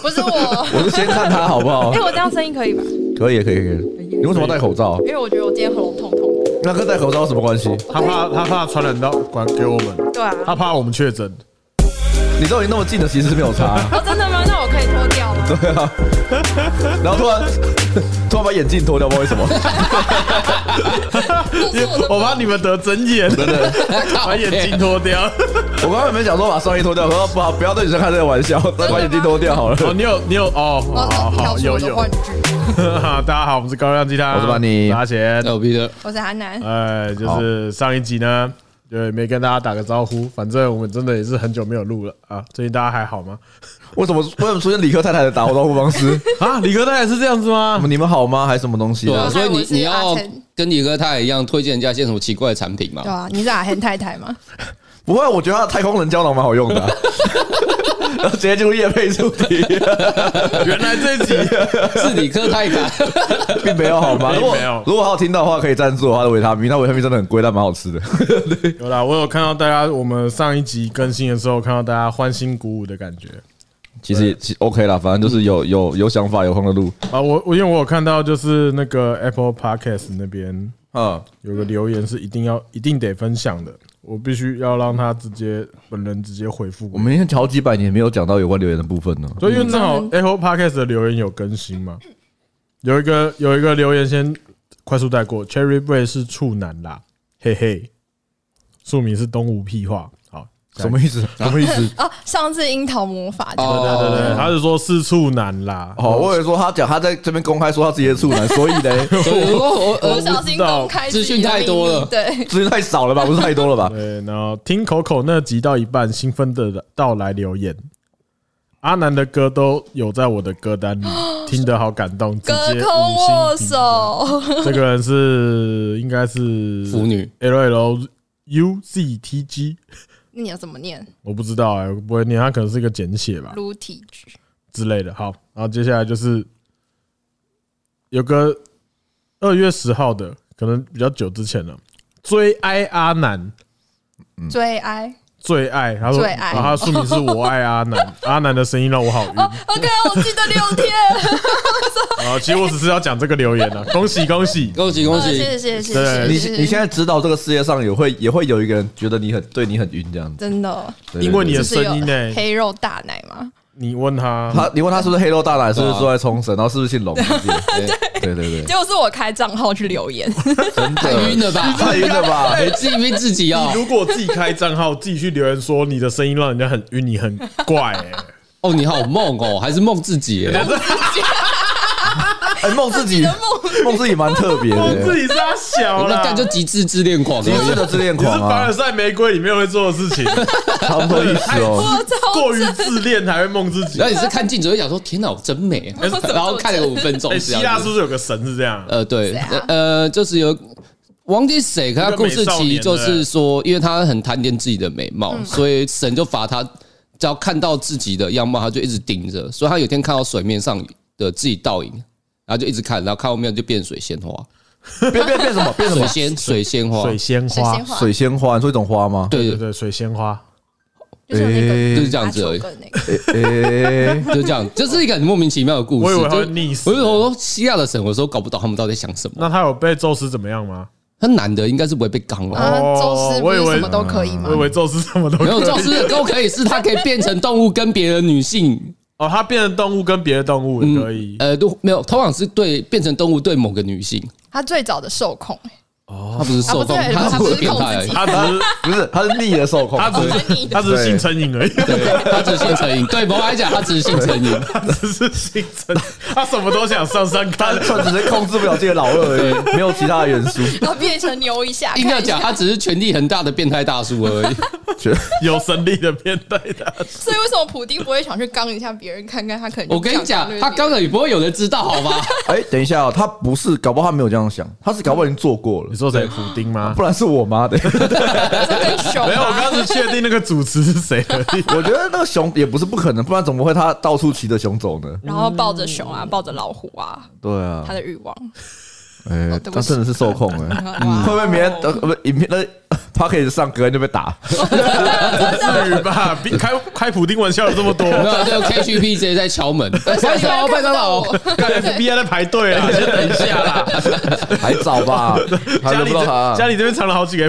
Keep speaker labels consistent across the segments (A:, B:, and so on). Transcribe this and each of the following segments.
A: 不是我，
B: 我是先看他好不好
A: 哎、？我这样声音可以吧？
B: 可以，可以，可以。你为什么要戴口罩？
A: 因为我觉得我今天喉咙痛痛。
B: 那跟戴口罩有什么关系？
C: 他怕他怕传染到管给我们，
A: 对啊。
C: 他怕我们确 诊。
B: 你都已经那么近了，其实是没有差。
A: 哦，真的吗？那我可以脱掉 吗？
B: 对啊，然后突然 突然把眼镜脱掉，不知道为什么。
C: 我怕你们得真 眼，把眼睛脱 掉。
B: 我刚刚有没有想说把上衣脱掉？可是不好，不要对女生开这个玩 笑，再把眼镜脱掉好了。
C: 哦，你有你有哦，
A: 哦
C: 好好好，有有。
A: 幻剧。
C: 大家 好，我们是哦高亮鸡汤，
B: 我是班尼
C: 阿贤。
D: 逗逼的，
A: 我是韩南，
C: 哎，就是上一集呢，对，没跟大家打个招呼。反正我们真的也是很久没有录了啊。最近大家还好 吗？
B: 为什么为什么出现理科太太的打呼招呼方式？
C: 啊，李哥他也是这样子吗？
B: 你们好吗？还是什么东西
D: 对
B: 的
D: 啊，？所以
A: 嗨我
D: 你
A: 是
D: 你
A: 阿
D: 要
A: 成
D: 跟李哥他也一样推荐人家一些什么奇怪的产品嘛
A: 对？啊，你是阿hen 太太吗？
B: 不会，我觉得他的太空人胶囊蛮好用的 啊、然后直接进入夜配主 题，
C: 原来这集
D: 是理科太 太，
B: 并没有好吗？
C: 并
B: 如果
C: 没有
B: 如果还有听到的话，可以赞助我他的维他命，那维他命真的很贵，但蛮好吃的。
C: 有啦，我有看到大家，我们上一集更新的时候，看到大家欢欣鼓舞的感觉
B: 其实其 OK 啦，反正就是有有有想法，有空的录。
C: 啊。我我因为我有看到，就是那个 Apple Podcast 那边
B: 嗯，
C: 有个留言是一定要一定得分享的，我必须要让他直接本人直接回复
B: 我
C: 我。
B: 们已经好几百年没有讲到有关留言的部分呢。
C: 所以因为正好 Apple Podcast 的留言有更新嘛，有一个有一个留言先快速带过，Cherry Boy 是处男啦，嘿嘿，庶民是东吴屁话，好，下 一
B: 什
C: 个
B: 么意思？ 什么意思？
A: 哦，上次樱桃魔法的，
D: 哦
C: 对对对，他是说是处男啦，
B: 哦，我以为说他讲他在这边公开说他自己的处 男，所以呢，
D: 所以我我
A: 不
D: 我
A: 小心公开自己的
D: 资讯太多了
A: 秘密对，
B: 资讯太少了吧？不是太多了 吧？
C: 对，然后听口口那集到一半，兴奋的到来留言，阿南的歌都有在我的 歌单里，听得好感动，直
A: 隔
C: 接
A: 空握
C: 五星
A: 手，
C: 评价。这个人是应该是
D: 腐女
C: L L U Z T G，
A: 那你要怎么念？
C: 我不知道哎、我不会念，他可能是一个简写吧
A: 撸体局，
C: 之类的。好，然后接下来就是有个二月十号的，可能比较久之前了，追哀阿南。
A: 最爱。
C: 最爱，他说，
A: 最爱
C: 然后他书名是我爱啊 阿南，阿南的声音让我好晕。
A: OK，我记得六天。
C: 然后其实我只是要讲这个留言 啊，恭喜恭喜，
D: 恭喜恭
A: 哦谢
D: 喜！
A: 谢谢谢
C: 对
A: 谢
B: 你
A: 谢，
B: 你现在知道这个世界上也会也会有一个人觉得你很对你很晕这样子，
A: 真的哦
B: 对对
C: 因为你
B: 对
C: 的
A: 就是
C: 声音
A: 有
C: 呢，
A: 黑肉大奶吗？
C: 你问他，
B: 他，你问他是不是黑肉大奶，是不是住在冲绳，然后是不是姓龙？ 对对对
A: 结果是我开账号去留言，
B: 对，真
D: 太
B: 的
D: 呃晕了吧？
B: 太晕了吧？
D: 你自己逼自己哦
C: 你。如果自己开账号，自己去留言说你的声音让人家很晕，你很怪 哎，
D: 哦，你好梦哦，还是梦自己耶？
B: 哎，梦自己梦自己蛮特 别
C: 我自
B: 的，
C: 己是他小
D: 那
C: 啦，
D: 干就
C: 你
D: 极致自恋狂
B: 极致
D: 而
B: 的自恋
C: 是
B: 狂
C: 凡尔
B: 啊，
C: 赛玫瑰里面会做的事 情，
B: 差不多意思哦。
A: 我超
C: 过于自恋才会梦自己
D: 然。后你是看镜子会想说：“天哪，我真美啊！”然后看了五分钟
C: 哎，
D: 这
C: 希腊
D: 样
C: 是
D: 子。
C: 不是有个神是这样？
D: 呃，对
A: 谁啊，
D: 呃，就是有忘记谁，可他故事其实就是说，因为他很贪恋自己的美貌，
A: 嗯
D: 所以神就罚他，只要看到自己的样貌，他就一直盯着。所以他有一天看到水面上的自己倒影，然后就一直看，然后看后面就变水仙花，
B: 变变变什么？变什
D: 水
B: 么？
D: 仙水仙花，
C: 水仙
A: 水
C: 花
A: 仙，花，
B: 水仙花，你说一种花吗？
C: 对
D: 对
C: 对
D: 对，
C: 对，水仙花。
A: 就是有那个
B: 诶
D: 就是这样子而已
A: 打，球的那个
B: 诶，
D: 就这样，这是一个很莫名其妙的故
C: 我
D: 事。
C: 以为他
D: 就
C: 会溺死欸
D: 我就说希腊的神，我说搞不懂他们到底在想什么。
C: 那他有被宙斯怎么样吗？
D: 他男的应该是不会被刚了。
A: 啊，
C: 哦
A: 宙斯不
C: 我以
A: 是
C: 为
A: 什么都可以
D: 嗯
A: 吗
C: 我以？为宙斯什么都
D: 没有，
C: 哦可以
D: 宙斯的都可以是，他可以变成动物跟别的女性，
C: 哦，它变成动物跟别的动物也可以。
B: 嗯
D: 呃，都没有，通常是对变成动物对某个女性，
A: 他最早的受控，欸
D: 他不是受控，
A: 啊不是
D: 他
A: 他不是
D: 是变态
A: 控制自，
D: 而已
A: 己
C: 它只是
B: 不是，他是逆的受控，
C: 它只是它只是性成瘾而已，
D: 对，他只是性成瘾。对，我来讲，他只是性成
A: 啊
D: 瘾。
C: 它只是性成，它什么都想上上看
B: 单。纯只是控制不了自己的老二而已，没有其他的元素。
A: 他变成牛一下，
D: 硬要
A: 看一下
D: 讲，他只是权力很大的变态大叔而 已。
B: 觉得
C: 有神力的变态的，
A: 所以为什么普丁不会想去刚一下别人，看看他可能就
D: 我跟你讲
A: 这，样
D: 他刚了也不会有人知道，好吗？
B: 哎、等一下、哦，他不是，搞不好他没有这样想，他是搞不好已经做过了
C: 你，说谁？普丁吗？
B: 不然是我妈的。
A: 这跟
B: 哦
A: 熊
C: 没有，我
A: 啊
C: 刚刚只确定那个主持是谁而 已。
B: 我觉得那个熊也不是不可能，不然怎么会他到处骑着熊走呢？
A: 然后抱着熊啊，抱着老虎啊，
B: 对啊
D: 嗯
A: 他，的欲望，
B: 哎
A: 哦对，不
B: 他
A: 起
B: 真的是受控哎、
A: 哇
B: 会不会明天 呃不影片那 p o c k e t 上隔天就被 打？
C: 至于 吧？比开开普丁玩笑有这么多，
D: 没有，就 KGP 直接在 敲门，
A: 所以
D: 班
A: 你
D: 长
A: 们看不
D: 哦，班长
A: 到
D: 哦，
A: 我，
C: 看 FBI 在排队啊，先等一下啦。
B: 还早吧？还
C: 家
B: 轮
C: 里
B: 不 到他、啊
C: 这家里这边藏了好几个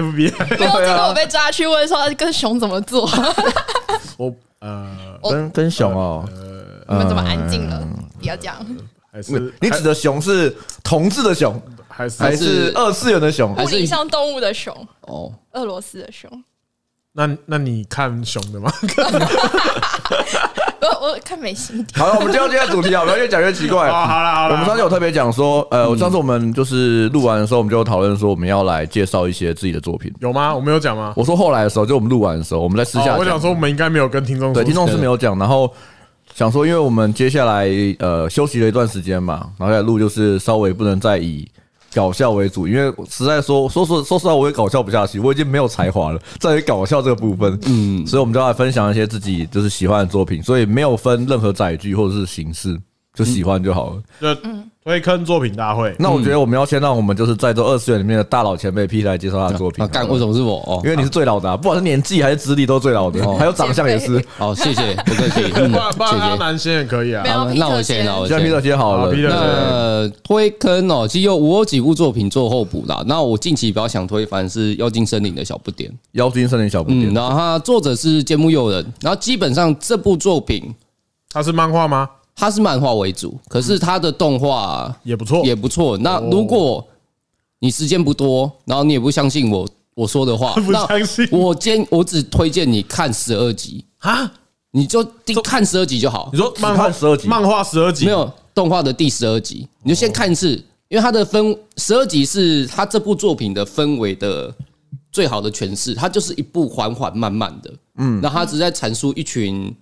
A: 没
C: FBI，
A: 有
B: 对
A: 结果
B: 啊
A: 我，被抓去问说跟熊怎么做，
C: 嗯我呃
B: 跟跟熊哦、
A: 你们怎么安静了？不要这样，
C: 还是
B: 你指的熊是同志的熊，
C: 还是
B: 还是
D: 是
B: 二次元的熊？
D: 还
A: 物
D: 是
A: 理上动物的熊，
D: 哦，
A: 俄罗斯的熊，
C: 那那你看熊的吗？
A: 我我看美心
B: 好了，我们进入今天的主题啊，不要越讲越奇怪。
C: 哦好啦好啦
B: 我们上次有特别讲说，呃，
D: 嗯
B: 我上次我们就是录完的时候，我们就有讨论说我们要来介绍一些自己的作品。
C: 有吗？我没有讲吗？
B: 我说后来的时候，就我们录完的时候，我们在私下
C: 哦我
B: 讲
C: 想说，我们应该没有跟听众
B: 对，
C: 说
B: 听众是没有讲。然后想说，因为我们接下来呃休息了一段时间嘛，然后来录就是稍微不能再以搞笑为主，因为实在说说说说实话，我也搞笑不下去，我已经没有才华了， 在于搞笑这个部分。嗯，所以我们就要来分享一些自己就是喜欢的作品，所以没有分任何载具或者是形式。就喜欢就好
D: 嗯
B: 了。
C: 就
A: 嗯
C: 推坑作品大会。
B: 那我觉得我们要先让我们就是在这二次元里面的大佬前辈 P 来介绍他的作品
D: 啊，。干，为什么是我？哦
B: 因，为你是最老的、啊，不管是年纪还是资历都是最老的，还有长相也是
A: 前辈。
D: 好，谢谢，不客 气，嗯
C: 不然不然阿
D: 谢谢。
C: 南先也可以啊
A: 没。有
D: 好
A: 皮特
D: 那我先，
A: 先
D: 那我
B: 像
D: 先
B: P 的先好
C: 好
B: 了
C: ，Peter
D: 那推坑哦，其实有我有几部作品做候补啦。那我近期比较想推，反正是《妖精森林》的小不点。
B: 妖精森林小不点
D: 嗯，，然后它作者是芥木佑人，然后基本上这部作品
C: 他是漫画吗？
D: 它是漫画为主，可是它的动画
C: 也不错，
D: 也不错。那
C: 哦
D: 如果你时间不多，然后你也不相信我我说的话
C: ，不
D: 那
C: 相信
D: 我建我只推荐你看十二集
C: 啊。
D: 你就盯看十二集就好
C: 你。说漫
B: 只
C: 画
B: 看12集
C: 漫画十二集
D: 没有动画的第十二集，你就先看一次，因为它的氛十二集是它这部作品的氛围的最好的诠释，它就是一部缓缓慢慢的，嗯，那它只是在阐述一群，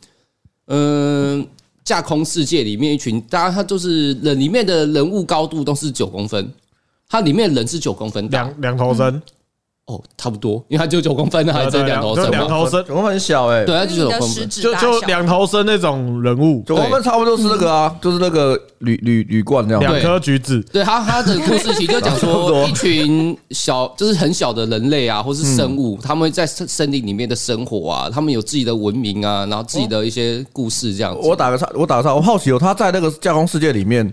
D: 嗯、架空世界里面一群，当然它就是人里面的人物高度都是九公分，它里面人是九公分大，
C: 两两头身，
D: 哦，差不多，因为它就九公分，啊那还真两头
C: 对啊
D: 身
C: 两
D: 嘛，
C: 头身，
B: 九公分很小哎、
D: 对，它
A: 就
D: 就是
A: 你
D: 是九
A: 的
D: 公
A: 食
D: 分，
A: 指
C: 就
A: 大
C: 就
A: 小，
C: 两头身那种人物，
B: 九公分差不多是那个啊，就是那个铝铝铝罐那样。
C: 两颗橘子，
D: 嗯对他，他的故事情就 讲
B: 差不多
D: 说，一群小就是很小的人类啊，或是生
B: 嗯
D: 物，他们在森森林里面的生活啊，他们有自己的文明啊，然后自己的一些故事这样子。
B: 我打个岔，我打个岔，我好奇哦，他在那个架空世界里面，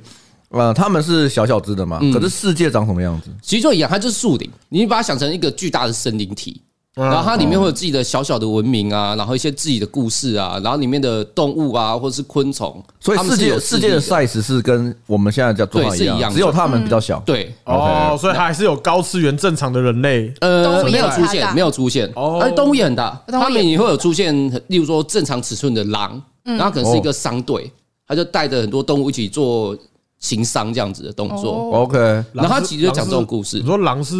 B: 呃，他们是小小只的
D: 嗯
B: 嘛，可是世界长什么样子？
D: 其实就一样，它就是树林，你把它想成一个巨大的森林体，
B: 嗯
D: 然后它里面会有自己的小小的文明啊，然后一些自己的故事啊，然后里面的动物啊，或是昆虫，
B: 所以
D: 它们
B: 世
D: 是
B: 界
D: 有
B: 世界的
D: 智力
B: size 是跟我们现在叫做法
D: 对是一样的
B: 只有他们比较小。
D: 对。
C: 哦，所以它还是有高次元正常的人类，
D: 呃
A: 动，物也
D: 没有
A: 很
D: 出
A: 大
D: 现，没有出现。
C: 哦
D: 哦，而且动物也很大，
A: 动物也
D: 它们也会有出现，例如说正常尺寸的狼，然后可能是一个商队，它就带着很多动物一起做行商这样子的动
B: 哦
D: 作。
B: OK，
D: 然后它
C: 狼是
D: 其实就讲这种
C: 狼是
D: 故事
C: 你说狼是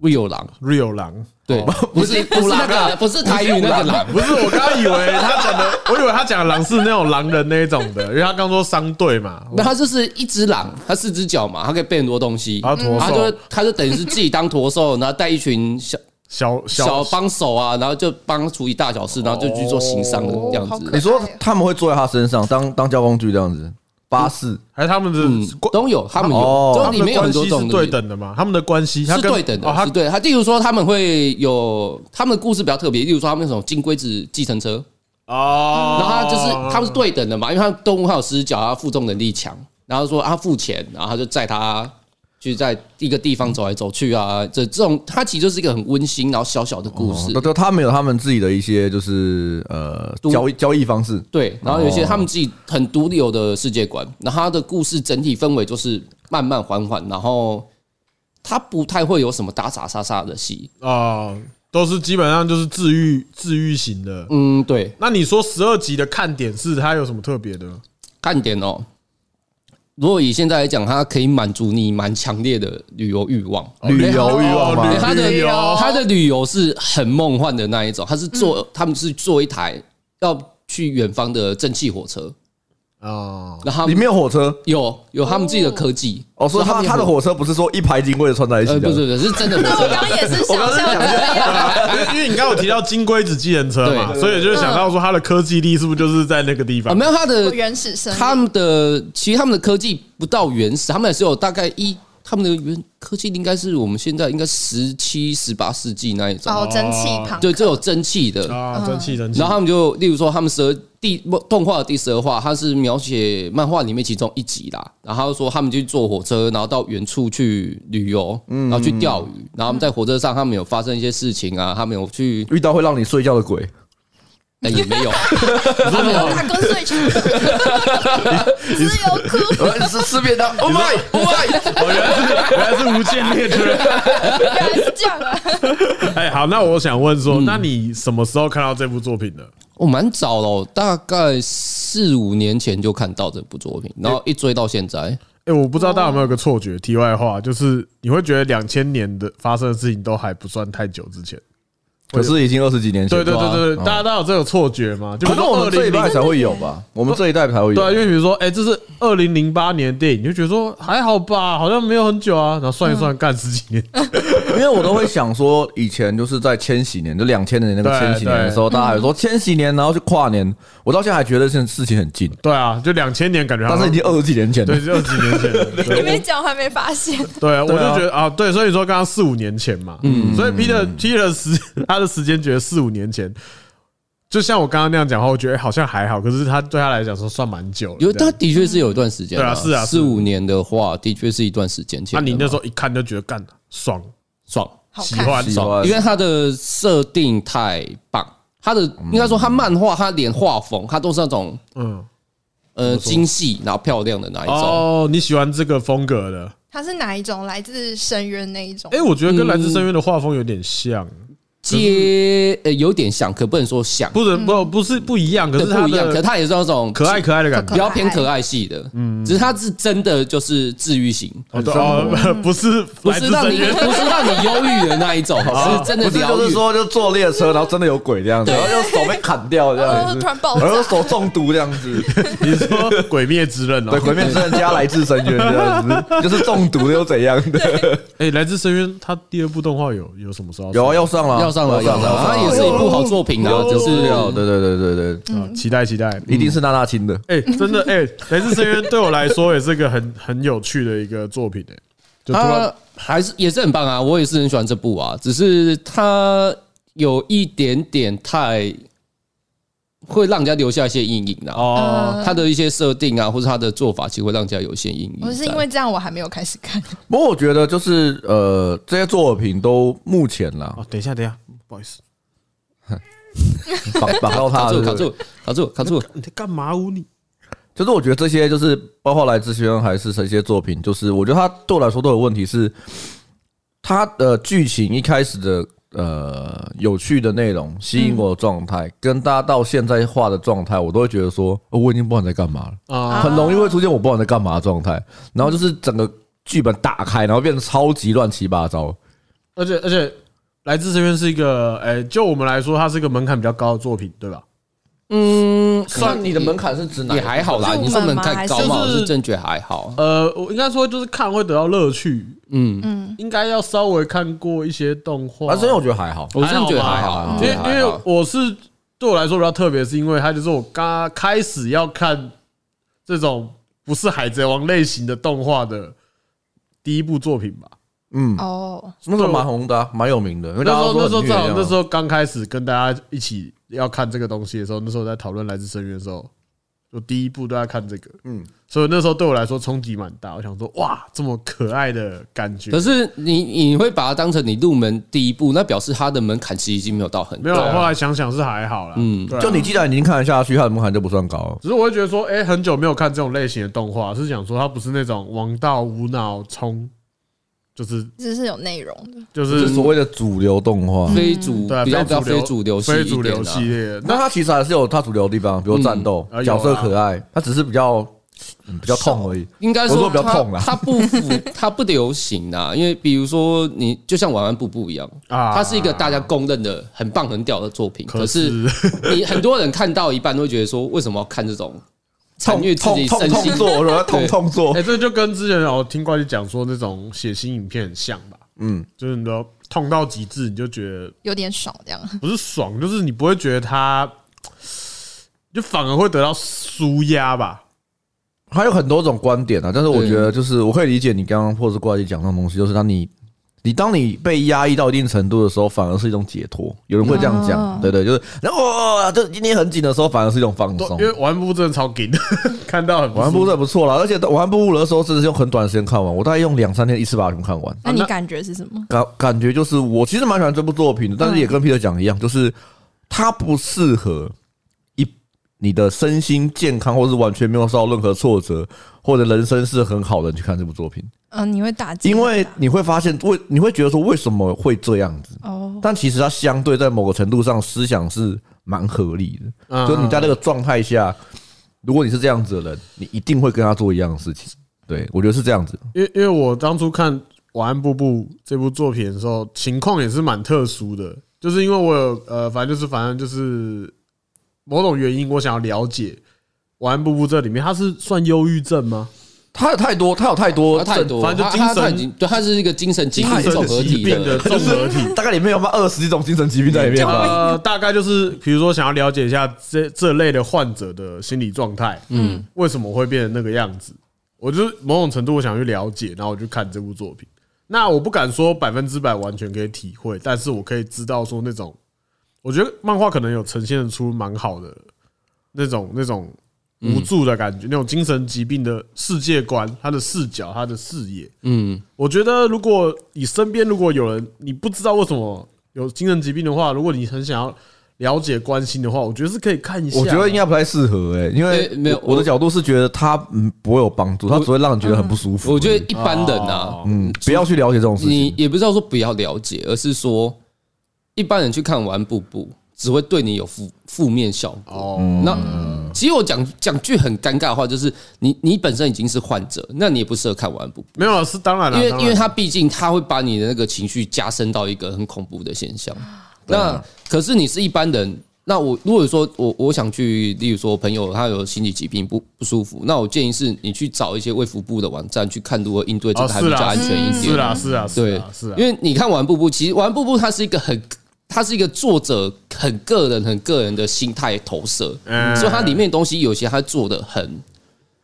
D: real 狼，
C: real 狼，哦
D: 对，不是不是那个不是台语那个狼，
C: 不是，我刚刚以为他讲的，我以为他讲的狼是那种狼人那一种的，因为他刚说商队嘛，
D: 那它就是一只狼，它四只脚嘛，它可以背很多东西，
C: 它驼
D: 它
C: 兽
D: 就它就等于是自己当驼 兽，然后带一群小
C: 小
D: 小
C: 小
D: 帮手啊，然后就帮处理大小事，然后就去做行商的这样
A: 哦好可
D: 子
A: 爱。
B: 你说他们会坐在他身上当当交工具这样子，巴士
C: 还是他们
D: 嗯
C: 的，关
D: 都有，他们
B: 哦
D: 有，
C: 他
D: 就
C: 们
D: 里
C: 的
D: 面有很多
C: 关系
D: 种
C: 是对
D: 的
C: 等的嘛，他们的关系他
D: 是
C: 跟
D: 对等
C: 哦，
D: 的，
C: 他
D: 是对。他例如说他们会有，他们的故事比较特别，例如说他们那种金龟子计程车，
C: 哦，
D: 然后他就是他们是对等的嘛，因为他动物它有死角，它负重能力强，然后说啊他付钱，然后他就载他去在一个地方走来走去啊，这这种它其实就是一个很温馨然后小小的故
C: 哦
D: 事
B: 那，就哦他们有他们自己的一些就是呃
D: 都
B: 交易交易方式。
D: 对，然后
C: 哦
D: 有一些他们自己很独有的世界观，然后他的故事整体氛围就是慢慢缓缓，然后他不太会有什么打打杀杀的戏，
C: 哦，都是基本上就是治愈治愈型的。
D: 嗯，对。
C: 那你说十二集的看点是它有什么特别的？
D: 看点哦。如果以现在来讲，它可以满足你蛮强烈的旅游欲望。
B: 旅游欲啊望
C: 哦
B: 吗
C: 旅
D: 它的
C: 旅游
D: 它的旅游是很梦幻的那一种，它是
B: 嗯
D: 坐，他们是坐一台要去远方的蒸汽火车，
C: 哦，
D: 然后他
B: 里
D: 们
B: 面有火车
D: 有有他们自己的科技
B: 哦，所以他
D: 们有
B: 他的火车不是说一排警卫串在一
D: 呃
B: 起
D: 不
B: 的
D: 是。不是是真的火
A: 我
D: 车
A: 刚
D: 啊
A: 刚
D: 啦，
A: 也是想象的那样，
C: 因为你刚刚有提到金龟子计程车嘛，
D: 对
C: 所以就是想到说它的科技力是不是就是在那个地
D: 啊
C: 方
D: 没？有它的
A: 原始生
D: 他
A: 命
D: 们的其实他们的科技不到原始，他们也是有大概一，他们的原科技应该是我们现在应该十七、十八世纪那一种，
A: 哦，蒸汽旁
D: 对，这有蒸汽的。
C: 啊，蒸汽蒸汽。
D: 嗯然后他们就，例如说，他们十二第动画的第十二话，它是描写漫画里面其中一集啦。然后他就说他们去坐火车，然后到远处去旅游，
C: 嗯
D: 然后去钓鱼。然后他们在火车上，他们有发生一些事情啊，他们有去，
B: 遇到会让你睡觉的鬼，
D: 哎也没有，
A: 他没有打工最强，只有哭。
B: 是吃便当，Oh my Oh my！
C: 哦，原来是原来是无间列车。
A: 原来是这样啊！
C: 哎，好，那我想问
D: 嗯
C: 说，那你什么时候看到这部作品的？
D: 我哦蛮早了，大概四五年前就看到这部作品，然后一追到现在。
C: 哎，我不知道大家有没有个错觉。题外话，就是你会觉得两千年的发生的事情都还不算太久之前。
B: 可是已经二十几年前
C: 对
B: 了，
C: 对对对
B: 嗯
C: 对，大家都有这个错觉嘛？就
B: 可能我们这一代
C: 代
B: 才会有吧，我们这一代才会有。
C: 对啊，因为比如说，哎，这是二零零八年的电影，你就觉得说还好吧，好像没有很久啊。然后算一算，干十几年，
B: 因为我都会想说，以前就是在千禧年，就两千年那个
C: 对
B: 千禧年的时候，大家还说千禧年，然后去跨年。我到现在还觉得这件事情很近，
C: 对啊，就两千年感觉好
B: 但
C: 像，
B: 是已经二十几年前了
C: 对，。是二十几 年前了。
A: 你
C: 对
A: 没讲，我还没发现。
C: 对，我就
B: 对啊
C: 觉得啊，对，所以说刚刚四五年前嘛，嗯，所以 Peter Peter 时 他的时间觉得四五年前，就像我刚刚那样讲话，我觉得好像还好，可是他对他来讲说算蛮久了
D: 有，
C: 这
D: 他
C: 样。
D: 的确是有一段时间
C: 啊对啊是啊
D: 四
C: 是
D: 五年的话，的确是一段时间前
C: 那
D: 的
C: 啊
D: 嘛。
C: 你那时候一看就觉得干爽，
D: 爽
A: 好
C: 喜
A: 看，
C: 欢
B: 喜
D: 爽，
B: 欢
D: 因为它的设定太棒，它的应该说它漫画，它连画风，它都是那种
C: 嗯，
D: 呃
C: 说
D: 精细然后漂亮的那一种。
C: 哦，你喜欢这个风格的？
A: 它是哪一种？来自深渊那一种？
C: 哎，我觉得跟《来自深渊》的画风有点像，
D: 接呃有点像，可不能说像，
C: 不能不不是不一样，可
D: 对
C: 是他
D: 不一样，可
C: 的
D: 它也是那种
C: 可爱可爱的嗯感觉
D: 比较偏可爱系的，只是它是真的就是治愈型，
C: 哦，对哦，不是
D: 不
C: 来自哦
D: 是让
C: 深
D: 你
C: 渊，
D: 不是让你忧郁的那 一种，是真的
B: 不是
D: 疗
B: 就是
D: 愈。
B: 说就坐列车，然后真的有鬼这样子，然后就手被砍掉这样
A: 哦，
B: 子
A: 突，然爆炸
B: 然，后手中毒这样子，
C: 你说《鬼灭之刃》
B: 对，
C: 哦，
B: 鬼灭之刃加来自深渊这样子，就是中毒又怎样的？
C: 哎，《来自深渊》它第二部动画有有什么时候？
B: 有啊，要上了，
D: 要上了，要上了，它也是一部好作品啊，
B: 有
D: 就
B: 资
D: 是嗯
B: 料，对对对对对，
C: 啊，期待期待，
B: 一定是娜娜亲的。
C: 哎、真的哎， 来自深渊对我来说也是个很很有趣的一个作品哎、就突然
D: 他还是也是很棒啊，我也是很喜欢这部啊，只是他有一点点太会让人家留下一些阴影啊。
C: 哦，
D: 他的一些设定啊，或者他的做法，其实会让人家有一些阴影在。
A: 我是因为这样，我还没有开始看。
B: 不过我觉得就是呃，这些作品都目前 啦，
C: 哦，等一下等一下，不好意思，
B: 绑绑到他
D: 卡
B: 了是
D: 住，卡
B: 不是
D: 住，卡住，卡住，
C: 哦你在干嘛呜你？
B: 就是我觉得这些就是包括来自学院还是这些作品，就是我觉得它对我来说都有问题是，它的剧情一开始的呃有趣的内容吸引我的状态，跟大家到现在画的状态，我都会觉得说、哦我已经不知道你在干嘛了，
C: 啊
B: 很容易会出现我不知道你在干嘛的状态，然后就是整个剧本打开，然后变得超级乱七八糟。
C: 而且而且来自深渊是一个哎、就我们来说，它是一个门槛比较高的作品，对吧？
D: 嗯，
B: 槛是指
D: 也还好啦，
A: 入门吗
D: 你说门槛高嘛，
C: 还
D: 我
C: 是
D: 是真觉得还好。
C: 呃，我应该说就是看会得到乐趣，
D: 嗯，
A: 嗯，
C: 应该要稍微看过一些动画，
B: 啊，所以我觉得还好。
D: 我真的觉得还
B: 还好
D: 好，
B: 吧
C: 因
D: 觉
C: 为
D: 得
C: 因
D: 还
C: 为
D: 好。
C: 我是对我来说比较特别，是因为它就是我刚开始要看这种不是海贼王类型的动画的第一部作品吧。
B: 嗯，
A: 哦，
B: 那时候蛮红的啊、蛮有名的。因为
C: 那
B: 大家
C: 时候
B: 都
C: 那时
B: 说
C: 候
B: 很
C: 正好
B: 虐
C: 啊那时
B: 候
C: 候刚开始跟大家一起要看这个东西的时候，那时候在讨论《来自深渊》的时候，我第一部都在看这个，
B: 嗯，
C: 所以那时候对我来说冲击蛮大。我想说，哇，这么可爱的感觉
D: 可，是你你会把它当成你入门第一步，那表示它的门槛其实已经没有到很
C: 没有
D: 高
C: 啦，。后来想想是还好啦，啊嗯
D: 嗯，
B: 就你既然已经看得下去，它的门槛就不算高了。
C: 只是我会觉得说，哎、很久没有看这种类型的动画，是想说它不是那种王道无脑冲，就是
A: 这是有内容的。
C: 就
B: 就是是所谓的主流动画。
D: 非主
C: 对啊
D: 比较比较
C: 非
D: 非
C: 主
D: 主流系
C: 非
D: 一
C: 主
D: 点
C: 流
D: 的
C: 系
D: 啊，
C: 列的。
B: 那它其实还是有它主流的地方，比如战斗
C: 嗯啊、
B: 角
C: 有
B: 色
C: 啊
B: 可爱，它只是比较嗯比较痛而已。
D: 应该
B: 我
D: 说
B: 说比较痛啦
D: 它它不符，它不流行啊。因为比如说你就像《晚安布布》一样，
C: 啊
D: 它是一个大家公认的很棒很屌的作品，
C: 可
D: 可是你很多人看到一半都会觉得说，为什么要看这种
B: 痛
D: 参与自
B: 痛
D: 己
B: 痛
D: 身
B: 痛
D: 心？
B: 做，我说痛
D: 对
B: 痛做
C: 哎、欸，。这就跟之前我听关你讲说那种血腥影片很像吧？
B: 嗯，
C: 就是你都痛到极致，你就觉得
A: 有点爽，这样
C: 不是爽，就是你不会觉得它，就反而会得到舒压吧？
B: 还有很多种观点啊，但是我觉得就是我可以理解你刚刚或是挂机讲那种东西，就是当你你当你被压抑到一定程度的时候，反而是一种解脱。有人会这样
A: 哦
B: 讲，对对，就是然后哦就今天很紧的时候，反而是一种放
C: 都
B: 松
C: 因。为玩部真的超紧的， 看到很
B: 完
C: 舒服
B: 部这不错啦，而且完部的时候真的是用很短的时间看完，我大概用两三天一次把它全部看完。
A: 那你感觉是什么？
B: 感感觉就是我其实蛮喜欢这部作品的，
D: 嗯
B: 但是也跟 Peter 讲的一样，就是它不适合一你的身心健康，或是完全没有受到任何挫折，或者人生是很好的人去看这部作品，
A: 嗯，你会打击很
B: 因
A: 大，
B: 为你会发现为你会觉得说为什么会这样子，
D: 嗯
A: 哦，
B: 但其实它相对在某个程度上思想是蛮合理的，
C: 嗯
B: 就你在那个状态下，如果你是这样子的人，你一定会跟他做一样的事情。对，我觉得是这样子。
C: 因为因为我当初看《晚安，布布》这部作品的时候，情况也是蛮特殊的，就是因为我有呃，反正就是反正就是某种原因，我想要了解《晚安，布布》这里面他是算忧郁症吗？
B: 他有太多，他有太多
D: 他啊太多，
C: 反正就精
D: 他他他
C: 神
D: 已经对，他是一个精神疾
C: 精
D: 病
C: 神
D: 综合
C: 疾
D: 体
C: 病 的
D: 的。
C: 综合体。
B: 大概里面有嘛二十几种精神疾病在里面吧。
C: 呃，大概就是比如说想要了解一下这这类的患者的心理状态，嗯，为什么会变成那个样子？我就是某种程度我想去了解，然后我去看这部作品。那我不敢说百分之百完全可以体会，但是我可以知道说那种，我觉得漫画可能有呈现出蛮好的那种那种
B: 嗯
C: 无助的感觉，那种精神疾病的世界观，他的视角，他的视野，
D: 嗯，
C: 我觉得，如果你身边如果有人你不知道为什么有精神疾病的话，如果你很想要了解关心的话，我觉得是可以看一下。
B: 我觉得应该不太适合哎、因为
D: 对没有
B: 我我的
D: 我
B: 角度是觉得它嗯不会有帮助，它只会让你觉得很不舒服。
D: 我觉得一般人啊，
B: 嗯，不要去了解这种事
D: 你
B: 情。
D: 也不知道说不要了解，而是说一般人去看完布布，只会对你有负负面效果。
C: 哦，
D: 那其实我讲讲句很尴尬的话，就是你你本身已经是患者，那你也不适合看完布布，
C: 没有啊是当然了，
D: 因为
C: 当然
D: 因为它毕竟它会把你的那个情绪加深到一个很恐怖的现象。那可是你是一般人，那我如果说我我想去，例如说朋友他有心理疾病不不舒服，那我建议是你去找一些卫福部的网站去看如何应对这
C: 哦
D: 个还比
C: 是
D: 较
C: 啦
D: 安全一点。
C: 是啦是
B: 啊
C: 啦是
D: 对
C: 啦，是啦，
D: 因为你看《玩步步》，其实《玩步步》它是一个很，它是一个作者很个人、很个人的心态投射，
C: 嗯
D: 所以它里面的东西有些它做的很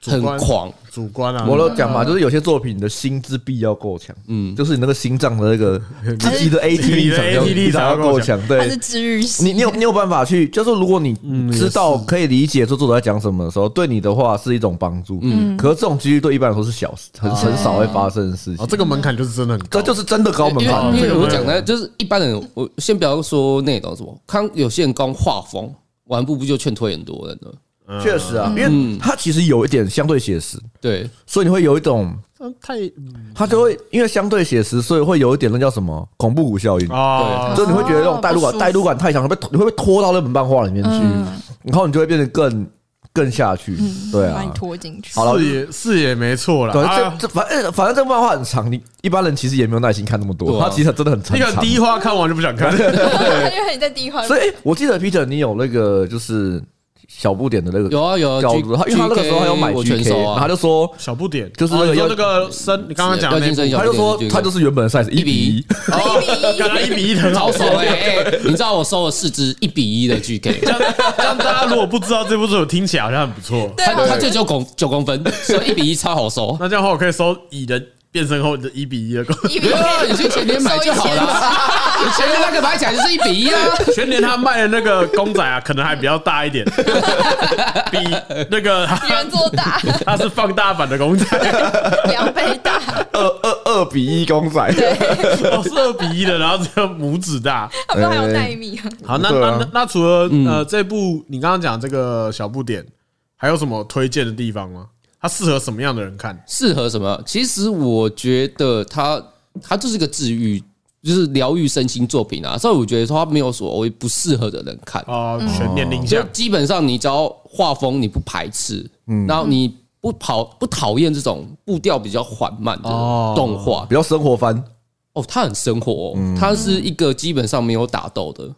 D: 很
C: 观
D: 狂，
C: 主观啊，
B: 我都讲嘛，就是有些作品的心智必要够强，嗯，就是你那个心脏的那 个
A: 它是
B: 你的 AT
C: 你
B: 力
C: 的
B: 场
C: AT
B: 要
C: 力
B: 力
C: 场
B: 场
C: 要
B: 要
C: 够
B: 够
C: 强
B: 强，
A: 它
B: 对
A: 是，治愈系，
B: 你你有你有办法去，就是如果你知道可以理解这作者在讲什么的时候，对你的话是一种帮助。嗯，可是这种几率对一般来说是小事，很很少会发生的事
C: 哦
B: 情。
C: 这个门槛就是真的很
B: 这
C: 高，
B: 就是真的高门
D: 因
B: 槛
D: 为因
C: 这
D: 为
C: 个
D: 我
C: 会
D: 讲的就是一般人，我先不要说内容什么，看有些人光画风，《玩步步》就劝退很多人了。
C: 嗯
B: 确实啊，因为它其实有一点相对写实，
D: 对，
B: 所以你会有一种
C: 嗯太嗯
B: 它就会因为相对写实，所以会有一点那叫什么恐怖谷效应，
C: 啊
A: 对
B: 就你会觉得那种代入
A: 哦哦不舒
B: 感
A: 服
B: 代入感太强，会被你会被拖到那本漫画里面去，
A: 嗯
B: 然后你就会变得更更下去，对
A: 把
B: 啊
A: 你。拖进去。
B: 好了
C: 视野视野没错啦。
B: 对，
C: 啊
B: 这这反正反正这个漫画很长，你一般人其实也没有耐心看那么多，
D: 对啊
B: 它其实真的很长
C: 那。个第一话看完就不想 看，
A: 因为你在第一环，
B: 所以我记得 Peter 你有那个就是小不点的那个
D: 有啊有啊，
B: 角
D: G-
B: 度，他因为他那个时候他有买
D: GK 我
B: GK，
D: 全收
B: 然后他
D: 啊，
B: 就说
C: 小不点
B: 就是
C: 哦
B: 那个
C: 你说
B: 要
C: 那个生，你刚刚讲的
D: 要
C: 那
D: 精神
C: 部
D: 小
B: 他
D: 不
B: 就说
D: 点
B: 他就是原本的 size 一比
D: 比
B: 一
D: 一，
C: 哦刚刚一比一很好
D: 好
C: 笑
D: 爽哎、欸你知道我收了四支一比一的 GK，
C: 这样这样大家如果不知道这部作品，听起来好像很不错。
A: 对
D: 它
A: 啊，
D: 它就九公九公分，所以一比一超好收。
C: 那这样的话，我可以收蚁人变身后的一比一的 公，
A: 一比
D: 不
A: 一
D: 要，啊你去前天买就好了啊。你前面那个买起来就是一比一啊，
C: 全年他卖的那个公仔啊，可能还比较大 一点，比那个
A: 别人做大，
C: 它是放大版的公仔，
A: 两倍 大，
B: 二二二比一公仔，
C: 哦，是二比一的，然后只有拇指大。
A: 他们还
B: 哎
A: 有纳米啊，
C: 好，那
B: 对
C: 那
B: 啊
C: 那那除了呃这部你刚刚讲这个小不点，还有什么推荐的地方吗？它适合什么样的人看？
D: 适合什么？其实我觉得它它就是个治愈，就是疗愈身心作品啊。所以我觉得它没有所谓不适合的人看，
C: 哦，
B: 嗯
C: 全年龄
D: 就
C: 向
D: 基本上你只要画风你不排斥，然后你不跑不讨厌这种步调比较缓慢的
C: 哦
D: 动画
B: 比较生活番。
D: 哦，它很生活、哦，它是一个基本上没有打斗的。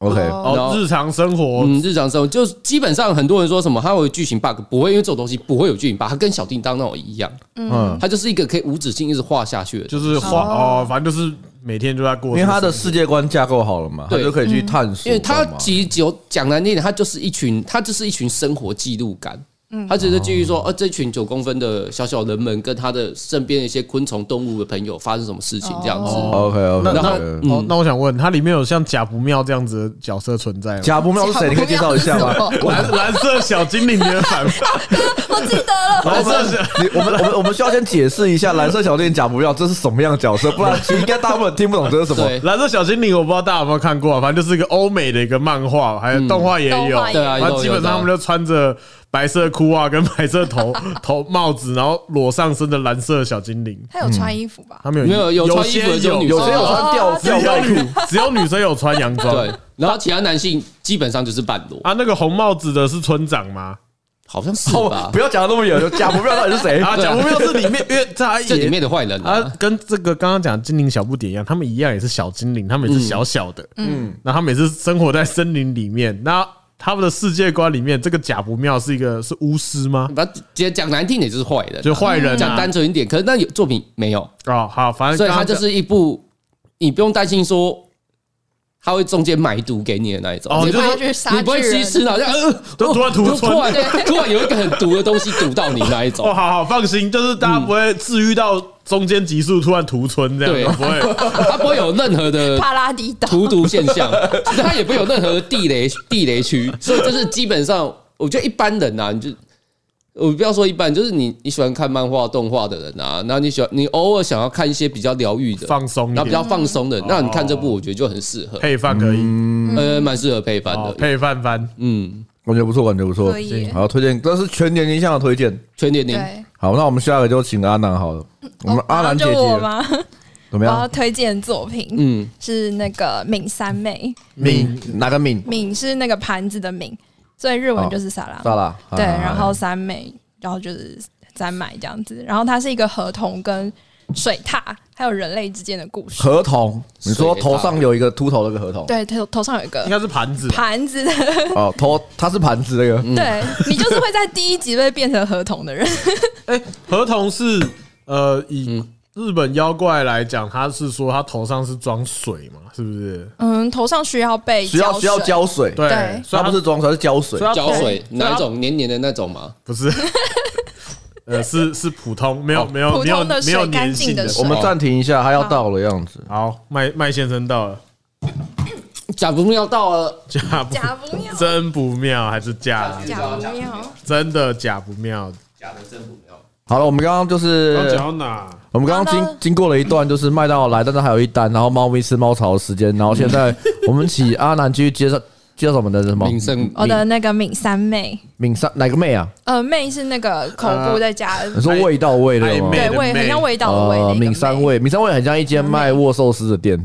B: OK，
D: 然
C: 哦
D: 后，
C: 日常生活
D: 嗯，日常生活就是基本上很多人说什么它会有剧情 bug，不会，因为这种东西不会有剧情 bug，它跟小叮当那种一样，
B: 嗯，
D: 它就是一个可以无止境一直画下去的。
C: 就是画哦，反正就是每天就在
B: 因
C: 过这
B: 为
C: 个生活，
B: 他的世界观架构好了嘛，他
D: 对
B: 就可
D: 嗯
B: 以去探索嘛。
D: 因为它其实有讲难听点，它就是一群，它就是一群生活记录感。他只是基于说，呃，这群九公分的小小人们跟他的身边的一些昆虫、动物的朋友发生什么事情这样子。
A: 哦
B: OK
C: 那
B: OK，
C: 那
D: 然后
C: 哦，那我想问，它里面有像假不妙这样子的角色存在吗？
B: 贾伯妙是谁？你可以介绍一下吗？
A: 贾
B: 我
C: 蓝蓝色小精灵的反派，
A: 我记得了，
C: 蓝色小
B: 你我们我们我们需要先解释一下蓝色小店贾不妙这是什么样的角色，不然其实应该大部分人听不懂这是什么。
D: 对
C: 蓝色小精灵，我不知道大家有没有看过、啊，反正就是一个欧美的一个漫画，还有动画也
A: 动
C: 有。
A: 画也
D: 对啊，
C: 然后基本上他们
D: 就
C: 就穿着白色裤袜跟白色头头帽子，然后裸上身的蓝色小精灵。
A: 他有穿衣服吧？
C: 他们有
D: 没有有穿衣
C: 些
D: 服的只有
C: 有
D: 女
B: 有
D: 生
B: 谁有穿吊
A: 哦
C: 只
B: 吊
C: 有
B: 带裤？
C: 女只有女生有穿洋装。
D: 对，然后其他男性基本上就是半裸，
C: 啊，那个红帽子的是村长吗？
D: 好像是
B: 哦
D: 吧，
B: 不？要讲的那么远，贾不妙到底是谁？
C: 啊，
D: 对
C: 讲
D: 啊
C: 不妙是里面，因为他
D: 这里
C: 也
D: 面的坏人
C: 啊
D: 啊，，
C: 跟这个刚刚讲精灵小不点一样，他们一样也是小精灵，他们也是小小的，嗯，那他们也是生活在森林里面，那他们的世界观里面，这个假不妙是一个是巫师吗？
D: 把讲讲难听点就是坏人啊，
C: 就坏人啊
D: 讲单纯一点，可是那有作品没有，
C: 哦，好，反正
D: 所以它
C: 刚刚
D: 就
C: 讲
D: 是一部你不用担心说。他会中间买毒给你的那一种，
C: 哦
D: 嗯你不
A: 就
D: 会
A: 是
D: 你不会吸吃的，好像呃，
C: 就突然吐
D: 就
C: 出
D: 突然
A: 对
D: 突然有一个很毒的东西毒到你那一
C: 哦，
D: 种，
C: 好好放心，就是大家不会治愈到中间集数突然屠村这
D: 对
C: 样，不会。
D: 它不会有任何的
A: 帕拉迪岛，
D: 荼毒现象，它也不会有任何地雷地雷区，所以就是基本上，我觉得一般人啊，你就我不要说一般，就是你你喜欢看漫画动画的人啊，然后你喜欢你偶尔想要看一些比较疗愈的、
C: 放松一点
D: 然后比较放松的，那你看这
C: 哦
D: 部我觉得就很适合，
C: 配饭可以，
D: 呃，蛮适合配饭
C: 哦，
D: 的，
C: 配饭番
D: 嗯，
B: 感觉不错，感觉不错
A: 可以。
B: 好，推荐，这是全年龄向的推荐。
D: 全年龄
A: 对，
B: 好，那我们下一个就请阿南好了。我们阿
A: 哦
B: 南姐
A: 就我
B: 姐
A: 吗？
B: 怎
A: 我
B: 么
A: 要
B: 样？
A: 推荐的作品
D: 嗯，
A: 是那个敏三妹，
B: 敏哪个敏？
A: 敏是那个盘子的敏，所以日文就是萨拉。
B: 哦萨拉。
A: 对，
B: 啊
A: 然后三美，然后就是三买这样子。然后它是一个合同跟水獭还有人类之间的故事。
B: 合同，你说头上有一个秃头那个合同，
A: 对，头头上有一
C: 应
A: 个
C: 该是盘子，
A: 盘子的，
B: 哦，头它是盘子那
C: 嗯
B: 个，
A: 对你就是会在第一集被变成合同的人。
C: 哎，合同是呃以日本妖怪来讲，他是说他头上是装水嘛，是不是？
A: 嗯，头上需要被
B: 需要需要
A: 浇水，
B: 浇水，
C: 对
A: 对，
B: 它
C: 所以他
B: 不是装水，它是浇水
C: 所以。他
D: 胶水
C: 所以他
D: 哪一种黏黏的那种嘛，
C: 不是， 呃，是是普通，没有没有
A: 普
C: 没有
A: 通的
C: 没有
A: 水干
C: 粘
A: 净
C: 性
A: 的
C: 的。
A: 水
B: 我们暂停一下，它要到了样子。
C: 好，麦麦先生到了，
D: 假如要到了，
C: 假不
A: 假不妙，
C: 真不妙，还是假
A: 假不妙，
C: 真的假不妙？
D: 假的真不妙，
B: 好了，我们刚刚就是
C: 哦刚讲到哪？
B: 我们刚刚
A: 刚
B: 经
A: 刚
B: 经过了一段，就是麦当劳来，但是还有一单，然后猫咪吃猫草的时间，然后 现在我们请阿南继续介绍介绍我们的什么
D: 名声
C: 哦
A: 我的那个敏三妹，
B: 敏莎哪个妹啊？
A: 呃，妹是那个口部在加，
B: 你
C: 哎
B: 说味道味的吗
C: 暧？昧
A: 对味很像味道的味
B: 呃，
A: 那个
B: 敏三味，敏三味很像一间卖握寿司的店。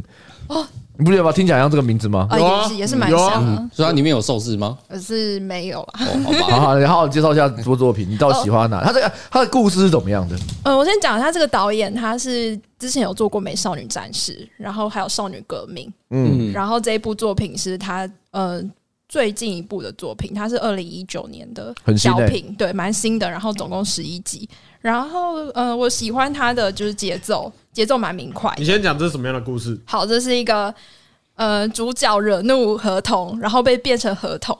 A: 哦
B: 你不觉得吗？听起来像这个名字吗？
A: 啊，
C: 有啊
A: 也是也是蛮
C: 有啊
A: 像的，
D: 所以它里面有寿司吗？
A: 可是没有啊。
D: 哦，好
B: 好
D: 吧，
B: 好，你好好介绍一下这部作品，你到底喜欢哪？
A: 哦
B: 它这个它的故事是怎么样的？
A: 嗯，我先讲一下这个导演，他是之前有做过《美少女战士》，然后还有《少女革命》，
B: 嗯，
A: 然后这一部作品是他呃最近一部的作品，它是二零一九年的
B: 很新
A: 小
B: 欸
A: 品，对，蛮新的，然后总共十一集，然后呃，我喜欢他的就是节奏，节奏蛮明快的
C: 你先讲这是什么样的故事？
A: 好，这是一个呃主角惹怒合同，然后被变成合同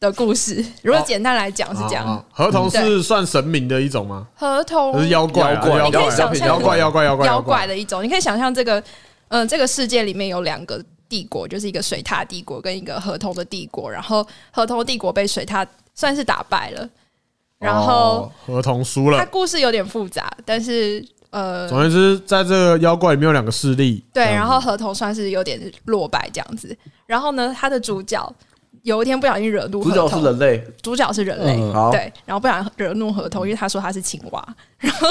A: 的故事。如果简单来讲是这样，
C: 啊啊合同是算神明的一种吗？
A: 合同
C: 这是妖怪啊，
B: 妖怪
C: 妖怪
A: 你可以想象
C: 妖怪，妖怪，妖怪，
A: 妖怪。的一种。你可以想象这个，嗯、这个世界里面有两个帝国，就是一个水獭帝国跟一个河童的帝国。然后河童帝国被水獭算是打败了，然后
C: 哦合同输
A: 它
C: 了。
A: 故事有点复杂，但是呃，
C: 总而言之，在这个妖怪里面有两个势力。
A: 对，
C: 这样
A: 然后合同算是有点落败这样子。然后呢，它的主角有一天不小心惹怒
B: 主
A: 合
B: 角
A: 同，
B: 是人类，
A: 主角是人类，
D: 嗯
B: 好
A: 对，然后不然惹怒合同，因为他说他是青蛙，然后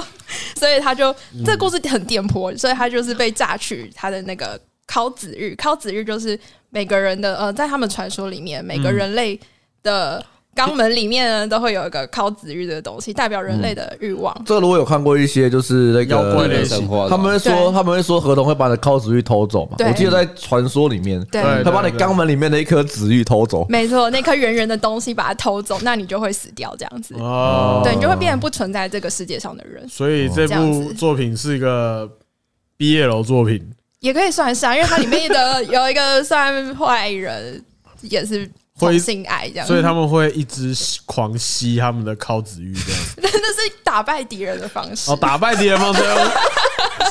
A: 所以他就这故事很颠簸，所以他就是被榨取他的那个尻子日，尻子日就是每个人的呃，在他们传说里面，每个人类的肛门里面呢都会有一个尻子日的东西，代表人类的欲望。
B: 这个如果有看过一些就是那
C: 妖怪类
B: 个
C: 型
D: 神话的
B: 他们会说
A: 对
B: 他们会说合同会把你的靠子玉偷走嘛？
A: 对
B: 我记得在传说里面，
A: 对
C: 对
B: 他把你肛门里面的一颗子玉偷走。
A: 没错，那颗圆圆的东西把它偷走，那你就会死掉，这样子，
C: 哦，
A: 对你就会变成不存在这个世界上的人，
C: 所以这
A: 这样
C: 部
A: 子
C: 作品是一个 BL 作品，
A: 也可以算是啊，因为它里面的有一个算坏人，也是同性爱这样，
C: 所以他们会一直狂吸他们的尻子玉这样子，
A: 真的是打败敌人的方式
C: 哦，。打败敌人方式。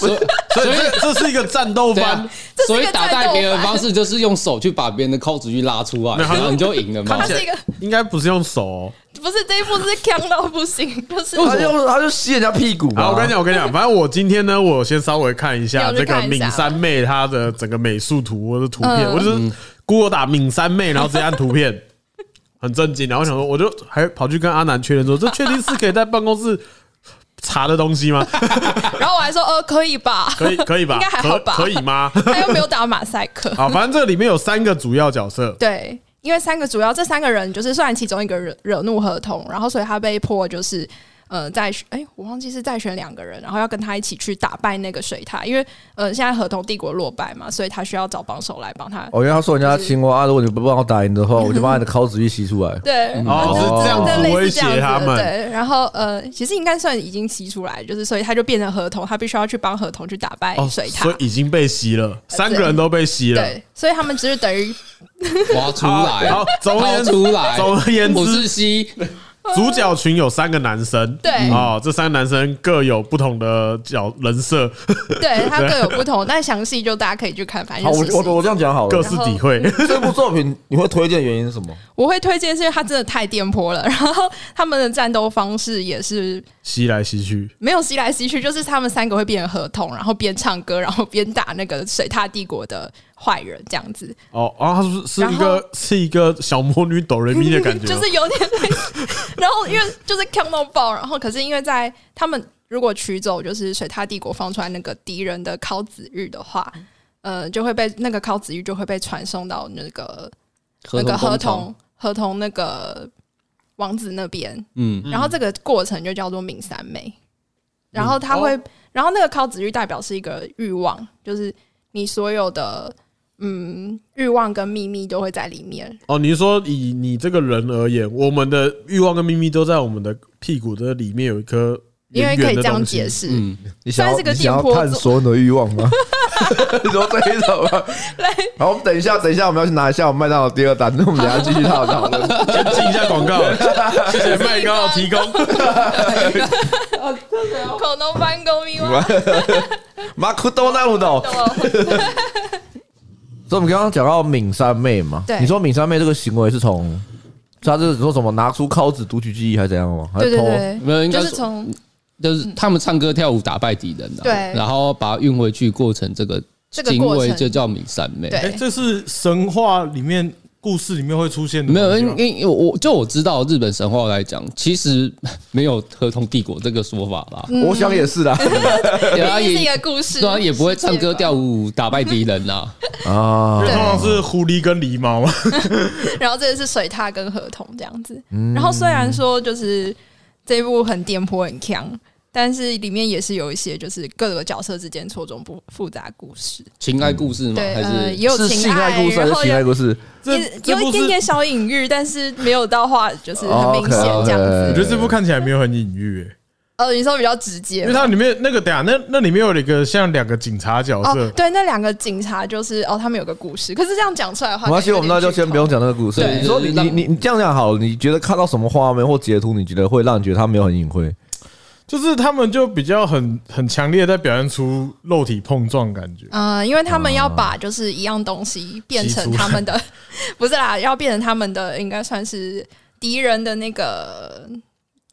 D: 所以
C: 所以
D: 所以
C: 这这是一个战斗
D: 对
C: 番
D: 啊，
A: 这是一个
D: 所以打败别人的
A: 战斗
D: 方式就是用手去把别人的扣子去拉出 来，
C: 没有他
D: 然后你就赢了嘛
A: 它。是一个
C: 应该不是用手、哦。
A: 不是这一部是强到不行，就是
B: 他就他就吸人家屁股嘛。
C: 好，我跟你讲，我跟你讲，反正我今天呢，我先稍微看 一
A: 你
C: 下
A: 有
C: 这
A: 啊去
C: 个
A: 看一
C: 敏
A: 下
C: 三妹她的整个美术图或者图片，
A: 嗯
C: 我就是 Google 打敏三妹，然后直接按图片， 很震惊。然后我想说，我就还跑去跟阿南确认说，这确定是可以在办公室查的东 西吗？
A: 然后我还说呃可以吧，
C: 可以，可以吧
A: 应该？还好
C: 可
A: 吧
C: 可以吗？
A: 他又没有打马赛克。
C: 好，反正这里面有三个主要角色，
A: 对，因为三个主要这三个人就是虽然其中一个惹惹怒合同，然后所以他被迫就是呃再选，哎、我忘记是再选两个人，然后要跟他一起去打败那个水獭，因为呃现在合同帝国落败嘛，所以他需要找帮手来帮他。
B: 哦，因为他说人家青蛙，啊如果你不帮我打赢的话，我就把你的尻子玉吸出来。
A: 对，
C: 哦
A: 就是
B: 是这样
A: 对
C: 子
A: 类似
C: 威胁
A: 这样子
C: 他们
A: 对，然后呃，其实应该算已经吸出来，就是所以他就变成合同，他必须要去帮合同去打败
C: 哦，
A: 水
C: 所
A: 獭。
C: 以已经被吸了，三个人都被吸了。
A: 哎对，所以他们只是等于
D: 挖出
C: 好
D: 来，
C: 好总而言之
D: 掏出来，
C: 总而言之
D: 我是吸，
C: 主角群有三个男生，
A: 对
C: 哦，这三个男生各有不同的角人设，
A: 对他各有不同，但详细就大家可以去看，反
B: 好，
A: 正
B: 我
A: 就是
B: 我我这样讲好
C: 各
B: 了。
C: 是体会。
B: 这部作品你会推荐原因是什么？
A: 我会推荐是因为它真的太颠簸了，然 后他们的战斗方式也是
C: 吸来吸去，
A: 没有吸来吸去，就是他们三个会变成合同，然后边唱歌，然后边打那个水獭帝国的坏人这样子，
C: 哦，啊，是不是是一
A: 然
C: 个是一个小魔女哆瑞咪的感 觉，
A: 就是有点类似。然后因为 就是看到爆，然后可是因为在他们如果取走就是水獭帝国放出来那个敌人的尻子玉的话，呃，就会被那个尻子玉就会被传送到那个那个合
D: 工厂，
A: 同合同那个王子那边，
D: 嗯，
A: 然后这个过程就叫做敏三妹，
B: 嗯
A: 然后他
D: 哦
A: 会，然后那个靠子欲代表是一个欲望，就是你所有的嗯欲望跟秘密都会在里面，
C: 哦，你是说以你这个人而言，我们的欲望跟秘密都在我们的屁股的里面有一颗
A: 因为
C: 圆
A: 可以
C: 圆
A: 这
C: 的
A: 样
C: 东西
A: 解释，
D: 嗯，
B: 你想要
A: 虽然是个
B: 你想要
A: 电波
B: 探索你的欲望 吗？ 你说这一种吗？
A: 来，
B: 好，我们等一下，等一下，我们要去拿一下我们麦当劳第二单， 那我们等一下继续探讨论。
C: 先进一下广 告，谢谢麦当劳提供。
A: 口头翻工咪吗？
B: 马库多纳鲁岛。所以我们刚刚讲到敏三妹嘛，
A: 对
B: 你说敏三妹这个行为是从，是她这是说什么拿出尻子读取记忆还是怎样吗？还
A: 对
B: 是
A: 对
B: 偷
A: 对，
D: 没有应该
A: 哦就是
D: 说
A: 从
D: 就是他们唱歌跳舞打败敌人的，
A: 对
D: 然后把它运回去过程这个
A: 这个
D: 行
A: 过
D: 为
A: 程
D: 就叫敏三妹，
A: 对
E: 哎、这是神话里面故事里面会出现的
D: 没有，
E: 东西
D: 因
E: 吗，
D: 因因我就我知道日本神话来讲，其实没有合同帝国这个说法 啦，
B: 我想也是啦，
D: 然后
A: 毕竟是一
D: 也
A: 个故事，
D: 对啊，也不 会唱歌跳舞打败敌人啦。
B: 啊
C: 通，常是狐狸跟狸猫嘛，
A: 然后这个是水獭跟合同这样子。
B: 嗯
A: 然后虽然说就是这一部很颠簸很强，但是里面也是有一些就是各个角色之间错综不复杂故事。
D: 情爱故事 嘛，
A: 对，
D: 还
A: 呃，
D: 是
A: 也有
B: 是
A: 情
B: 性爱故事还
A: 然
B: 是
A: 后
B: 情爱
A: 有
B: 故事？
E: 这
A: 也
E: 这
A: 有一
E: 部
A: 点
E: 是
A: 点小隐喻，但是没有到话就是很明显这样
B: 哦 OK，OK
A: 子
C: 我。觉得这部看起来没有很隐喻、欸，
A: 呃，你说比较直接
C: 因
A: 吗
C: 为。它里面那个等下那那里面有一个像两个警察角色
A: 哦，，对，那两个警察就是哦，他们有个故事，可是这样讲出来的话，
B: 没关系，
A: 感觉
B: 我
A: 有
B: 们
A: 点
B: 那就
A: 剧透
B: 先不用。讲那个故事
D: 对。
B: 你说你
D: 就是让
B: 你你你这样讲好了，你觉得看到什么画面或截图，你觉得会让你觉得他没有很隐晦？
C: 就是他们就比较很很强烈地在表现出肉体碰撞感觉。
A: 嗯、因为他们要
C: 哦
A: 把就是一样东西变成他们的， 不是啦，要变成他们的应该算是敌人的那个，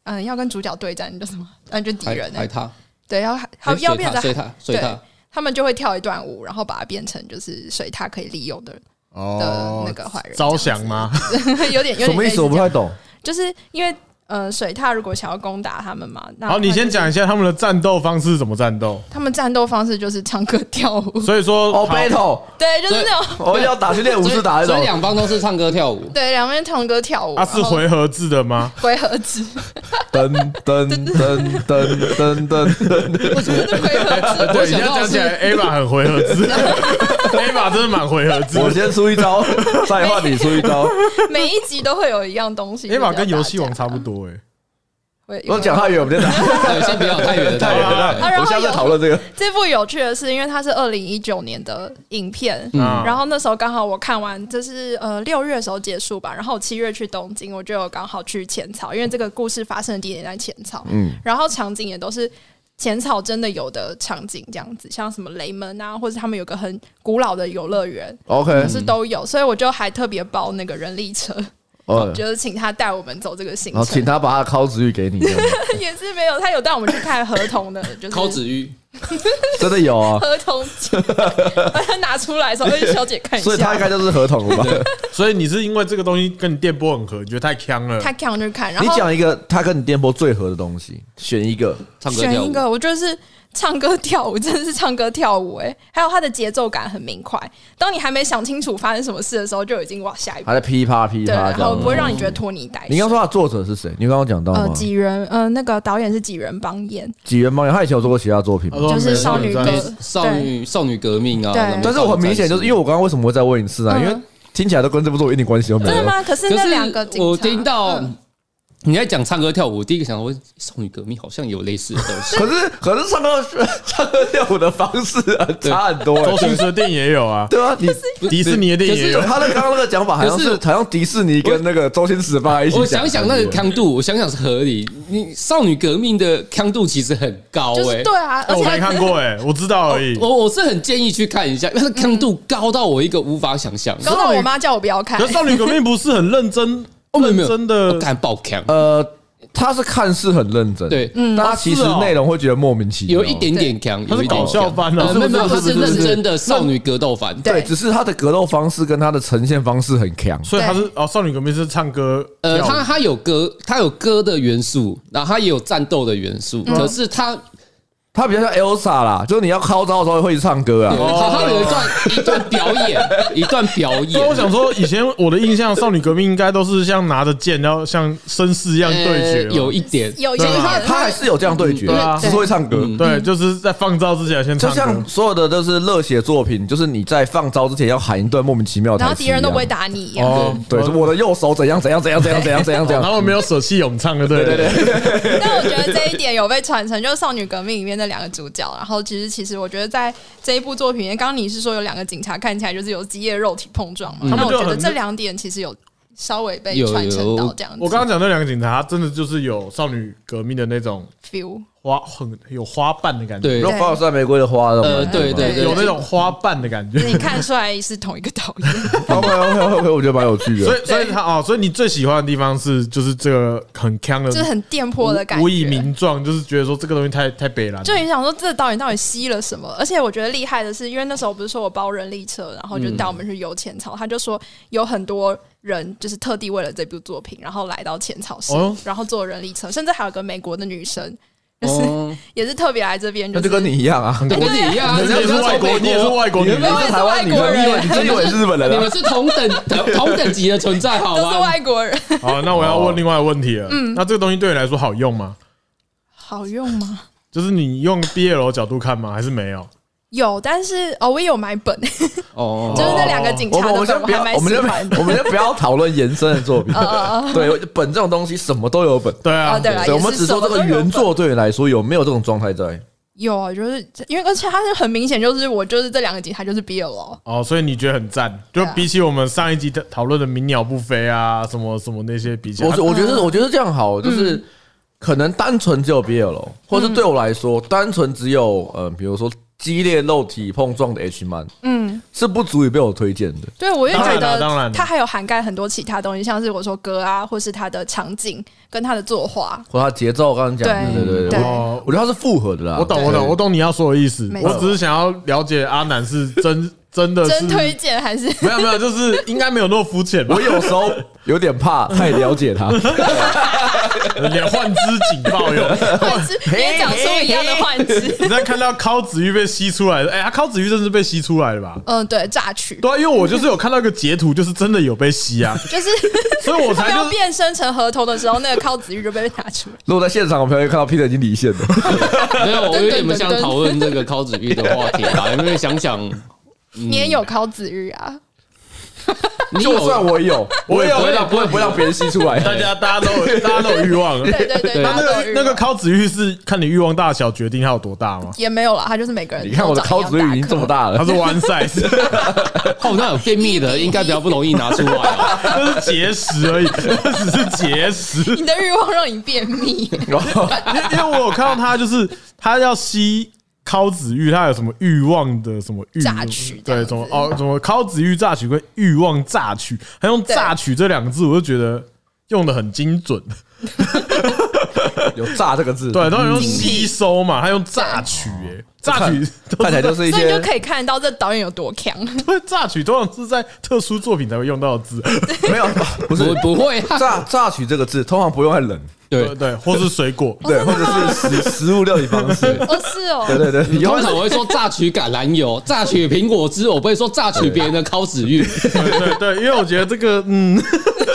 A: 嗯、要跟主角对战，就是什么？嗯、就敌
D: 海
A: 人、
D: 海獭，
A: 对，要
D: 哎
A: 他要变
D: 水
A: 成
D: 獭，水獭
A: 对，他们就会跳一段舞，然后把它变成就是水獭可以利用的的那个坏人，
C: 哦招降吗？
A: 有点有
B: 什
A: 点
B: 么意
A: 类似
B: 思？我不
A: 这样
B: 太懂。
A: 就是因为呃，水獭如果想要攻打他们嘛，那
C: 好，啊你
A: 他
C: 先
A: 就是
C: 讲一下他们的战斗方式是怎么战斗。
A: 他们战斗方式就是唱歌跳 舞，
C: 所以说，
B: 哦
C: 好
B: ，battle，
A: 对，就是那种。
B: 我要打去练武
D: 所以
B: 士打那
D: 所以
B: 种。
D: 两方都是唱歌跳舞
A: 对两边唱歌跳舞，
C: 啊是
A: 然后
C: 回合制的吗？
A: 回合制，
B: 噔噔噔噔噔 噔噔。
A: 为什么是回合制？
D: 我
C: 对，你
D: 想
C: 要
D: 到
C: 讲
D: 的
C: 起
D: 是
C: 来，A 把很回合制，A 把真的蛮回合制。
B: 我先出 一招，再换你出一招。
A: 每一集都会有一样东西。
C: A 把跟游戏王
A: 就
C: 差不多哎，
A: 会
B: 我讲太远，我 们再讲
D: 对，先不要太远了，
B: 太
D: 太
B: 远
D: 远
B: 了。
D: 了。
A: 啊然后
B: 我们下次再
A: 有
B: 讨论这个。
A: 这部有趣的是，因为它是二零一九年的影片，
C: 嗯
A: 然后那时候刚好我看完，这是呃六月的时候结束吧，然后我七月去东京，我就有刚好去浅草，因为这个故事发生的地点在浅草，
B: 嗯
A: 然后场景也都是浅草真的有的场景，这样子，像什么雷门啊，或者他们有个很古老的游乐园，
B: ，OK，嗯
A: 就是都有，所以我就还特别包那个人力车，
B: 哦，
A: 就是请他带我们走这个行
B: 然后请
A: 程，
B: 他把他的尻子玉给你，这样子
A: 也是没有，他有带我们去看合同的，就是
D: 高子玉，
B: 真的有啊，
A: 合同， 把它拿出来的时候，哎，小姐看一
B: 所以他
A: 下
B: 应，该就是合同了 吧？
C: 所以你是因为这个东西跟你电波很合，你觉得太呛了，
A: 他看我就看，然
B: 你
A: 后
B: 讲一个他跟你电波最合的东西，选一个。
D: 唱歌
A: 选
D: 跳舞
A: 一，个，我就是唱歌跳舞，真的是唱歌跳舞哎、还有它的节奏感很明快，当你还没想清楚发生什么事的时候，就已经哇下一步
B: 他，在噼啪噼
A: 对，
B: 啪
A: 然
B: 这
A: 后
B: 样
A: 不会
B: 子。
A: 让你觉得拖泥带水。
B: 你刚嗯说他的作者是谁？你刚刚讲到
A: 呃
B: 吗？
A: 几人呃那个导演是几人帮演，
B: 几元猫眼，他以前有做过其他作品吗
C: 他？说
A: 就是
C: 没
A: 少女
C: 战
A: 歌
C: 士
A: 对
D: 少女少女革命啊。
A: 对
D: 然后
B: 但是我很明显就是因为我刚刚为什么会再问一次啊？
A: 嗯
B: 因为听起来都跟这部作品一点关系都没
A: 真的
B: 有。
A: 吗？可是
D: 可
A: 那
D: 是
A: 两个警察，
D: 我听到
A: 嗯
D: 你在讲唱歌跳舞，我第一个想说少女革命好像有类似的东西。
B: 可是可是唱歌 唱歌跳舞的方式很差很多欸，
C: 周星驰的电影也有啊，
B: 对啊，你
C: 迪士尼的电影也有。
B: 他的刚刚那个讲法好像是
D: 可
B: 好像迪士尼跟那个周星驰放在一起
D: 我
B: 讲
D: 想
B: 的
D: 想那个
B: 感觉
D: 强度，我想想是合理。你少女革命的强度其实很高
A: 就是
D: 哎、
A: 对啊，而
C: 我
A: 且
C: 没看过哎、我知道而已。
D: 哦我我是很建议去看一下，因为它的强度高到我一个无法想象。
A: 搞到我妈叫我不要看
C: 可，是少女革命不是很认真，
D: 哦没有
C: 认
D: 没有
C: 真
D: 我
C: 的
D: 敢爆强，
B: 呃，他是看似很认真，
D: 对
B: 嗯，但他其实
C: 哦是哦
B: 内容会觉得莫名其妙，
D: 有一点点强，
C: 它
D: 有
C: 嗯是
D: 一点
C: 搞笑番啊
D: 强呃，没有没有，
B: 不
D: 它
B: 是不
D: 是
B: 是
D: 认
B: 不是
D: 真的少女格斗番。
B: 对，
A: 对
B: 只是他的格斗方式跟他的呈现方式很强，
C: 所以他是
A: 对
C: 哦，少女革命是唱歌，
D: 呃，
C: 跳舞
D: 它它有歌，它有歌的元素，然后它也有战斗的元素，可是它
B: 他比较像 Elsa 啦，就是你要敲招的时候会唱歌啊，
C: 哦
D: 它它有一段一段表演，一段表
C: 所以我
D: 演。
C: 想说，以前我的印象，少女革命应该都是像拿着剑，然后像绅士一样对决啊
D: 呃
C: 嘛，
D: 有一点，
A: 有一
C: 对
A: 些
C: 啊
B: 他他还是有这样对决
D: 嗯对
C: 啊，
B: 只是会唱歌。
C: 对，就是在放照之前先
B: 就
C: 唱歌
B: 像。所有的都是热血作品，就是你在放招之前要喊一段莫名其妙的
A: 然
B: 台
A: 后
B: 词
A: 敌人都不会
B: 一样。
A: 打你啊一样。
C: 哦，
B: 对，
C: 哦
B: 就我的右手怎样怎样怎样怎样怎样怎
D: 啊
B: 样怎
C: 然
B: 样。
C: 后没有舍弃咏唱的，对对对，
A: 但我觉得这一点有被传承，就是《少女革命》里面的两个主角。然后其实其实我觉得在这一部作品里面，刚刚你是说有两个警察看起来就是有激烈肉体碰撞嘛？
C: 嗯他
A: 那
C: 们
A: 我
C: 就
A: 觉得
C: 很
A: 这两点其实有稍微被
D: 有
A: 传承到
D: 有
A: 这样子。
C: 我刚刚讲那两个警察，真的就是有少女革命的那种
A: feel
C: 花，很有花瓣的感觉，
D: 对
B: 用凡尔赛玫瑰的花的嘛，
D: 呃对对对
C: 有那种花瓣的感觉。
A: 你看出来是同一个导 演，
B: OK OK OK，我觉得蛮有趣
C: 所
B: 的。
C: 以，所以他哦，所以你最喜欢的地方是就是这个很强的，
A: 就是很电波的感
C: 无
A: 觉。
C: 无以名状，就是觉得说这个东西太太北蓝。
A: 就你想说这导演到底吸了什么？而且我觉得厉害的是，因为那时候不是说我包人力车，然后就带我们去游浅草，他就说有很多人就是特地为了这部作品，然后来到浅草市，
C: 哦
A: 然后坐人力车，甚至还有个美国的女生，就是、
D: 哦，
A: 也是特别来这边，
B: 那
A: 就
B: 就是跟你一样啊，
D: 跟你一样啊，
C: 你也是外国，你也是外国
B: 你
C: 女
B: 原
C: 人
B: 本
C: 啊
A: 我也是
B: 是台湾女生，
A: 外国
B: 你
A: 人
B: 以为你真以为你是日本人
D: 你
B: 啊
D: 们？是同等同等级的存在，好
A: 都是
D: 吗？
A: 外国人，
C: 好，那我要问另外一个问题了。嗯，那这个东西对你来说好用吗？
A: 好用吗？
C: 就是你用 BL 角度看吗？还是没有？
A: 有，但是哦，我也有买本，就是
D: 哦，
A: 那两个警
B: 我
A: 察
B: 们我
A: 的
B: 们
A: 本，
B: 先
A: 我
B: 不
A: 还，蛮喜
B: 要我们先
A: 欢的。呃
B: 我们先不要讨论延伸的 作品。对，本这种东西什么都有本。
C: 对啊
A: 哦，，对了，
B: 对，我
A: 也
B: 们
A: 是
B: 只说这
A: 什么
B: 个
A: 都有
B: 原
A: 本
B: 作对你来说有没有这种状态在？
A: 有啊，就是因为而且他是很明显，就是我就是这两个警察就是 BL 哦，
C: 哦，所以你觉得很赞？就
A: 对啊
C: 比起我们上一集的讨论的鸣鸟不飞啊，什么什么那些比起来，
B: 我觉我觉得我觉得这样好，就是可能单纯只有 BL，或是对我来说，单纯只有呃，比如说激烈肉体碰撞的 H man
A: 嗯，
B: 是不足以被我推荐的。
A: 对，我就觉
C: 当然了当然
A: 得
C: 了
A: 它还有涵盖很多其他东西，像是我说歌啊，或是它的场景跟它的作画，
B: 或者它节奏，刚刚讲的，
A: 对
B: 对对对，
A: 对
B: 我
C: 哦，
B: 我觉得它是复合的啦。
C: 我懂，我懂，我懂你要说的意思。
A: 没错
C: 我只是想要了解阿南是真 真的呃是
A: 真推荐还是
C: 没有没有，就是应该没有那么肤 浅吧
B: 我。有时候有点怕太了解 他，
C: 连幻肢警报有，
A: 幻肢？你也讲出一样的幻肢？
C: 你在看到尻子玉被吸出来的，哎、他尻子玉真是被吸出来的吧？
A: 嗯，对，榨取
C: 对啊，因为我就是有看到一个截图，就是真的有被吸 啊，
A: 就是
C: 所以我
A: 他
C: 才
A: 们
C: 就
A: 要
C: 是
A: 变身成河童的时候，那个靠子玉就被拿出来。
B: 如果在现场，我朋友看到 Peter 已经离线了。
D: 没有，我有点不想讨论这个高子玉的话题啦，因为想想
A: 你也有靠子玉啊？
D: 你
B: 就算
D: 有
B: 我有，我也
D: 不会
B: 会让不会不会让别人吸出来。
C: 大家大家都有大家都有欲望。啊
A: 对对对，
D: 对
C: 那
A: 大
C: 那
A: 家都
C: 个
A: 有
C: 那个
A: 欲望
C: 靠子玉是看你欲望大小决定它有多大吗？
A: 也没有啦，他就是每个人。
B: 你看我的
A: 考
B: 尻子已经这么，大了，
C: 它是 one size，
D: 哦，那有便秘的应该比较不容易拿出来 啊。
C: 那是结石而已，那只是结石。
A: 你的欲望让你便秘，
B: 然后
C: 因 为因为我有看到他，就是他要吸尻子玉，他有什么欲望的什么欲
A: 榨取这
C: 对，
A: 样子
C: 什么哦，什么尻子玉榨取跟欲望榨取，他用“
A: 对
C: 榨取”这两个字，我就觉得用的很精 准。
B: 有“炸”这个字，
C: 对，，都是用吸收嘛，他用榨取、欸，榨取都
B: 看起来
C: 是
B: 就是一
A: 所以你就
B: 些
A: 可以看到这导演有多强。
C: 对榨取，通常是在特殊作品才会用到的字，
B: 没有，不是
D: 不不会啊，
B: 榨榨取这个字，通常不用在冷，
D: 对
C: 对，对，或是水果，
B: 对，或者是食食物料理方式，
A: 哦，是哦，
B: 对对对，以后
D: 通常我会说榨取橄榄油、榨取苹果汁，我不会说榨取别人的烤子玉。
C: 对对对，因为我觉得这 个，嗯，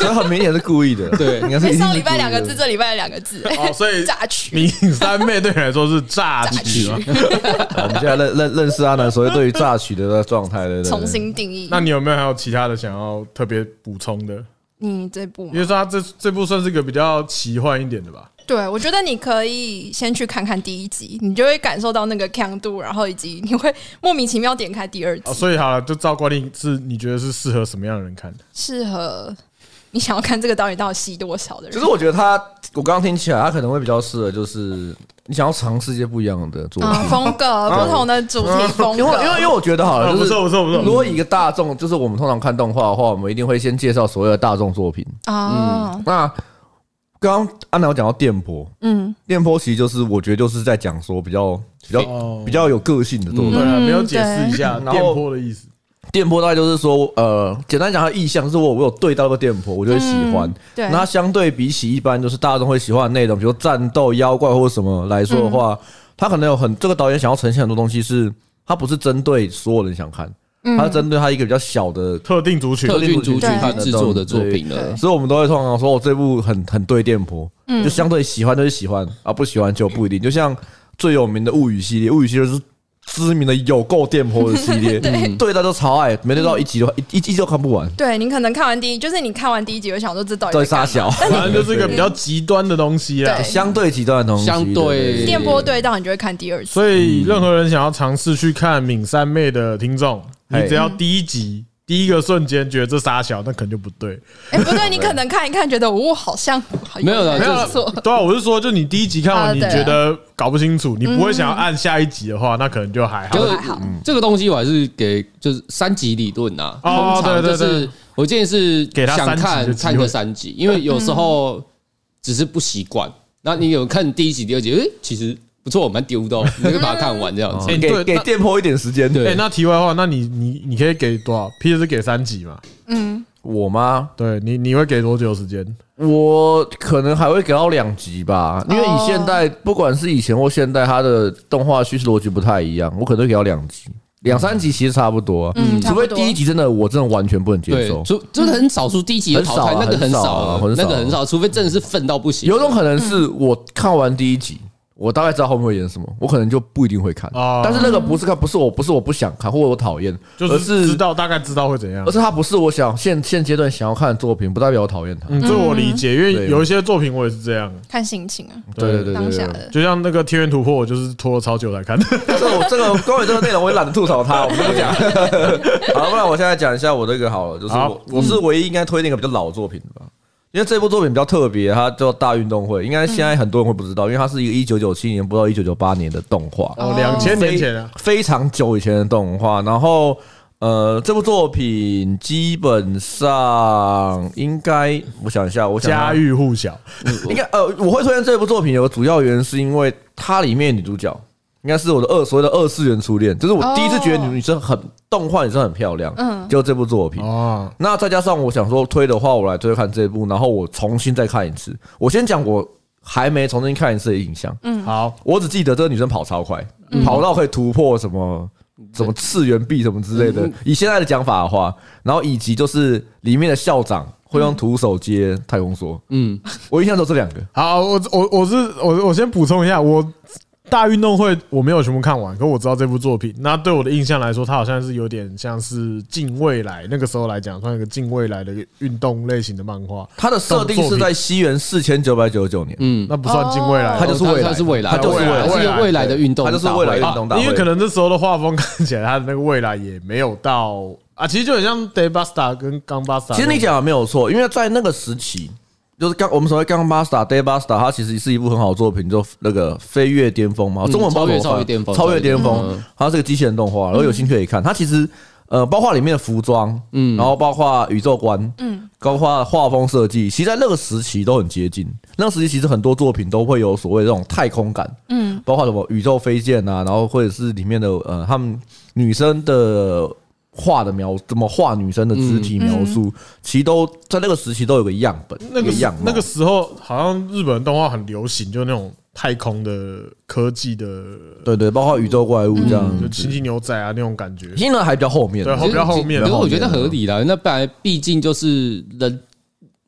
B: 所以很明显是故意的，
D: 对
B: 你看
A: 哎
B: 是
A: 上礼拜两个字，，这礼拜两个字，哎
C: 哦，所以
A: 榨取。
C: 明三妹对你来说是榨取嘛？
B: 我们现在认认认识阿南，所以对于榨取的状态，对对对，
A: 重新定义。
C: 那你有没有还有其他的想要特别补充的？
A: 你这部吗
C: 因为说他这这部算是个比较奇幻一点的吧，
A: 对，我觉得你可以先去看看第一集，你就会感受到那个强度，然后以及你会莫名其妙点开第二
B: 哦
C: 啊，
A: 集，
C: 所以好了，就照惯例是你觉得是适合什么样的人看的？
A: 适合你想要看这个导演到底吸多少 的
B: 其
A: 人
B: 实。我觉得他，我刚刚听起来，他可能会比较适合，就是你想要尝试一些不一样的作
A: 啊
B: 品，，
A: 风格不同的 主题风
B: 嗯因为因为因为
A: 格，
B: 我觉得好了，
C: 哦
B: 啊就是
C: 不错不错不错
B: 如果以一个大众，就是我们通常看动画的话，我们一定会先介绍所谓的大众作品。
A: 啊，
B: 那刚刚阿南有讲到电波，
A: 嗯，
B: 电波其实就是我觉得就是在讲说比较比较
C: 哦
B: 比较有个性的作品
C: 对。啊，
A: 嗯
C: 没有解释一下
B: 对
C: 电波的意思。
B: 电波大概就是说，呃，简单讲，它的意向是我我有对到个电波，我就会喜欢
A: 嗯。对
B: 那相对比起一般就是大众会喜欢的内容，比如战斗、妖怪或者什么来说的话，
A: 嗯
B: 它可能有很这个导演想要呈现很多东西是。它不是针对所有人想看，
A: 嗯
B: 它是针对它一个比较小的
C: 特定族群
D: 特定族群
A: 对
D: 他制作的作品了
A: 对，
B: 所以我们都会通常说，我这部很很对电波，
C: 嗯
B: 就相对喜欢就是喜欢啊，不喜欢就不一定。就像最有名的物语系列，物语系列就是知名的有够电波的系 列，对，大家都超爱，每天到一集的
C: 嗯
B: 话，一一集都看不完，
A: 对你可能看完第一，就是你看完第一集，就想说这导
B: 到底
A: 演
B: 傻
A: 在干嘛。
B: 小，
C: 反正就是一个比较极端的东西啊啦
A: 对。
B: 相对极端的东西，
D: 相对
A: 电波对到，你就会看第二集。
C: 所以，任何人想要尝试去看敏三妹的听众，你
B: 嘿
C: 只要第一集第一个瞬间觉得这傻小，那可能就不对。
A: 哎，不对，你可能看一看，觉得哦，好像好
D: 没有啦
A: 点
D: 没有啦
A: 不错，
C: 对啊，我是说，就你第一集看
A: 啊
C: 完，你
A: 对啊
C: 觉得搞不清楚，你不会想要按下一集的话，那可能就还好
D: 就。是嗯
A: 还好
D: 这个东西，我还是给就是三级理论呐。
C: 哦
D: 通常就
C: 对对
D: 是我建议是
C: 给他
D: 想
C: 三级的
D: 看
C: 机
D: 看个
C: 会
D: 三级，因为有时候只是不习惯。那你有看第一集、第二集，诶，其实不错，蛮丢的哦，你就可以把它看完这样子
B: 哦。
C: 哎
B: 给
C: 对
B: 给
C: 那
B: 电波一点时间。
D: 对
C: 哎，那题外话，那你你你可以给多少？P 是给三集嘛？
B: 我吗？
C: 对你你会给多久时间？
B: 我可能还会给到两集吧，因为以现代，
A: 哦
B: 不管是以前或现代，它的动画叙事逻辑不太一样，我可能会给到两集。两三集其实差不多啊，
A: 嗯
B: 除非第一集真的我真的完全不能接
D: 对
B: 受，，
D: 就就是很少数第一集有淘汰，
B: 很少啊
D: 那个很少
B: 很少啊很
D: 啊，
B: 少
D: 那
B: 啊
D: 个很少，除非真的是愤到不行。
B: 有种可能是我看完第一集，我大概知道后面会演什么，我可能就不一定会看。
C: 哦
B: 但是那个不是看，不是我不是我不想看，或者我讨厌，
C: 就
B: 而
C: 是知
B: 是
C: 道大概知道会怎样
B: 而。是它不是我想现现阶段想要看的作品，不代表我讨厌它。
C: 嗯，这我理解，因为
B: 对
C: 有一些作品我也是这样，
A: 看心情啊，
B: 对对对对
A: 当
B: 对
A: 下
B: 对，
A: 的。
C: 就像那个《天元突破》，我就是拖了超久才看。
B: 这个我这个关于这个内容，我也懒得吐槽它，我们不 讲。好，不然我现在讲一下我这个好了，就是
C: 好嗯
B: 我我是唯一应该推荐一个比较老的作品的吧。因为这部作品比较特别，它叫《大运动会》，应该现在很多人会不知道，因为它是一个一九九七年播到一九九八年的动画。
C: 哦， 两千年前啊，
B: 非常久以前的动画。然后，呃，这部作品基本上应该，我想一下，我想一下
C: 家喻户晓。
B: 应该呃，我会推荐这部作品有个主要原因是因为它里面的女主角应该是我的二所谓的二次元初恋，就是我第一次觉得
A: 哦
B: 女女生很动画女生很漂亮，嗯，就这部作品。
C: 哦，
B: 那再加上我想说推的话，我来推看这部，然后我重新再看一次。我先讲我还没重新看一次的印象，
C: 好，
B: 我只记得这个女生跑超快，跑到可以突破什么什么次元壁什么之类的。以现在的讲法的话，然后以及就是里面的校长会用徒手接太空梭。嗯，我印象中这两个。
C: 好，我我我是我我先补充一下，我大运动会我没有全部看完，可我知道这部作品。那对我的印象来说，它好像是有点像是近未来那个时候来讲，算一个近未来的运动类型的漫画。
B: 它的设定是在西元四千九百九十九年，
D: 嗯，
C: 那不算近未来，
B: 它就是未来
D: 它是未来，
B: 它就是
C: 未来
D: 它是一个未来的运动
B: 它
D: 大会，
B: 就是未来的运动大会。
C: 啊因为可能那时候的画风看起来，它的那个未来也没有到啊，其实就很像 Day Buster 跟 Gun Buster。
B: 其实你讲的没有错，因为在那个时期，就是刚我们所谓《刚 Master》《Day Master》，它其实是一部很好的作品，就那个飞跃巅峰嘛，
D: 嗯
B: 中文包括
D: 超越超嗯越巅峰
B: 超越巅
D: 超越巅
B: 峰
D: 峰，
B: 它是个机器人动画，然后有兴趣可以看。它其实呃，包括里面的服装，嗯，然后包括宇宙观，嗯，包括画风设计，其实在那个时期都很接近。那个时期其实很多作品都会有所谓这种太空感，嗯，包括什么宇宙飞剑啊，然后或者是里面的呃，他们女生的画的描，怎么画女生的肢体描述，其实都在那个时期都有个样本，
C: 那个
B: 一样
C: 时
B: 貌
C: 那个时候，好像日本动画很流行，就那种太空的科技的，
B: 对对，包括宇宙怪物这样
C: 就
B: 子
C: 星。际牛仔啊那种感觉。
B: 新人还比较后面，
C: 对
D: 其实
C: 比较后面
D: 可是
B: 后面
D: 我觉得合理啦，那本来毕竟就是人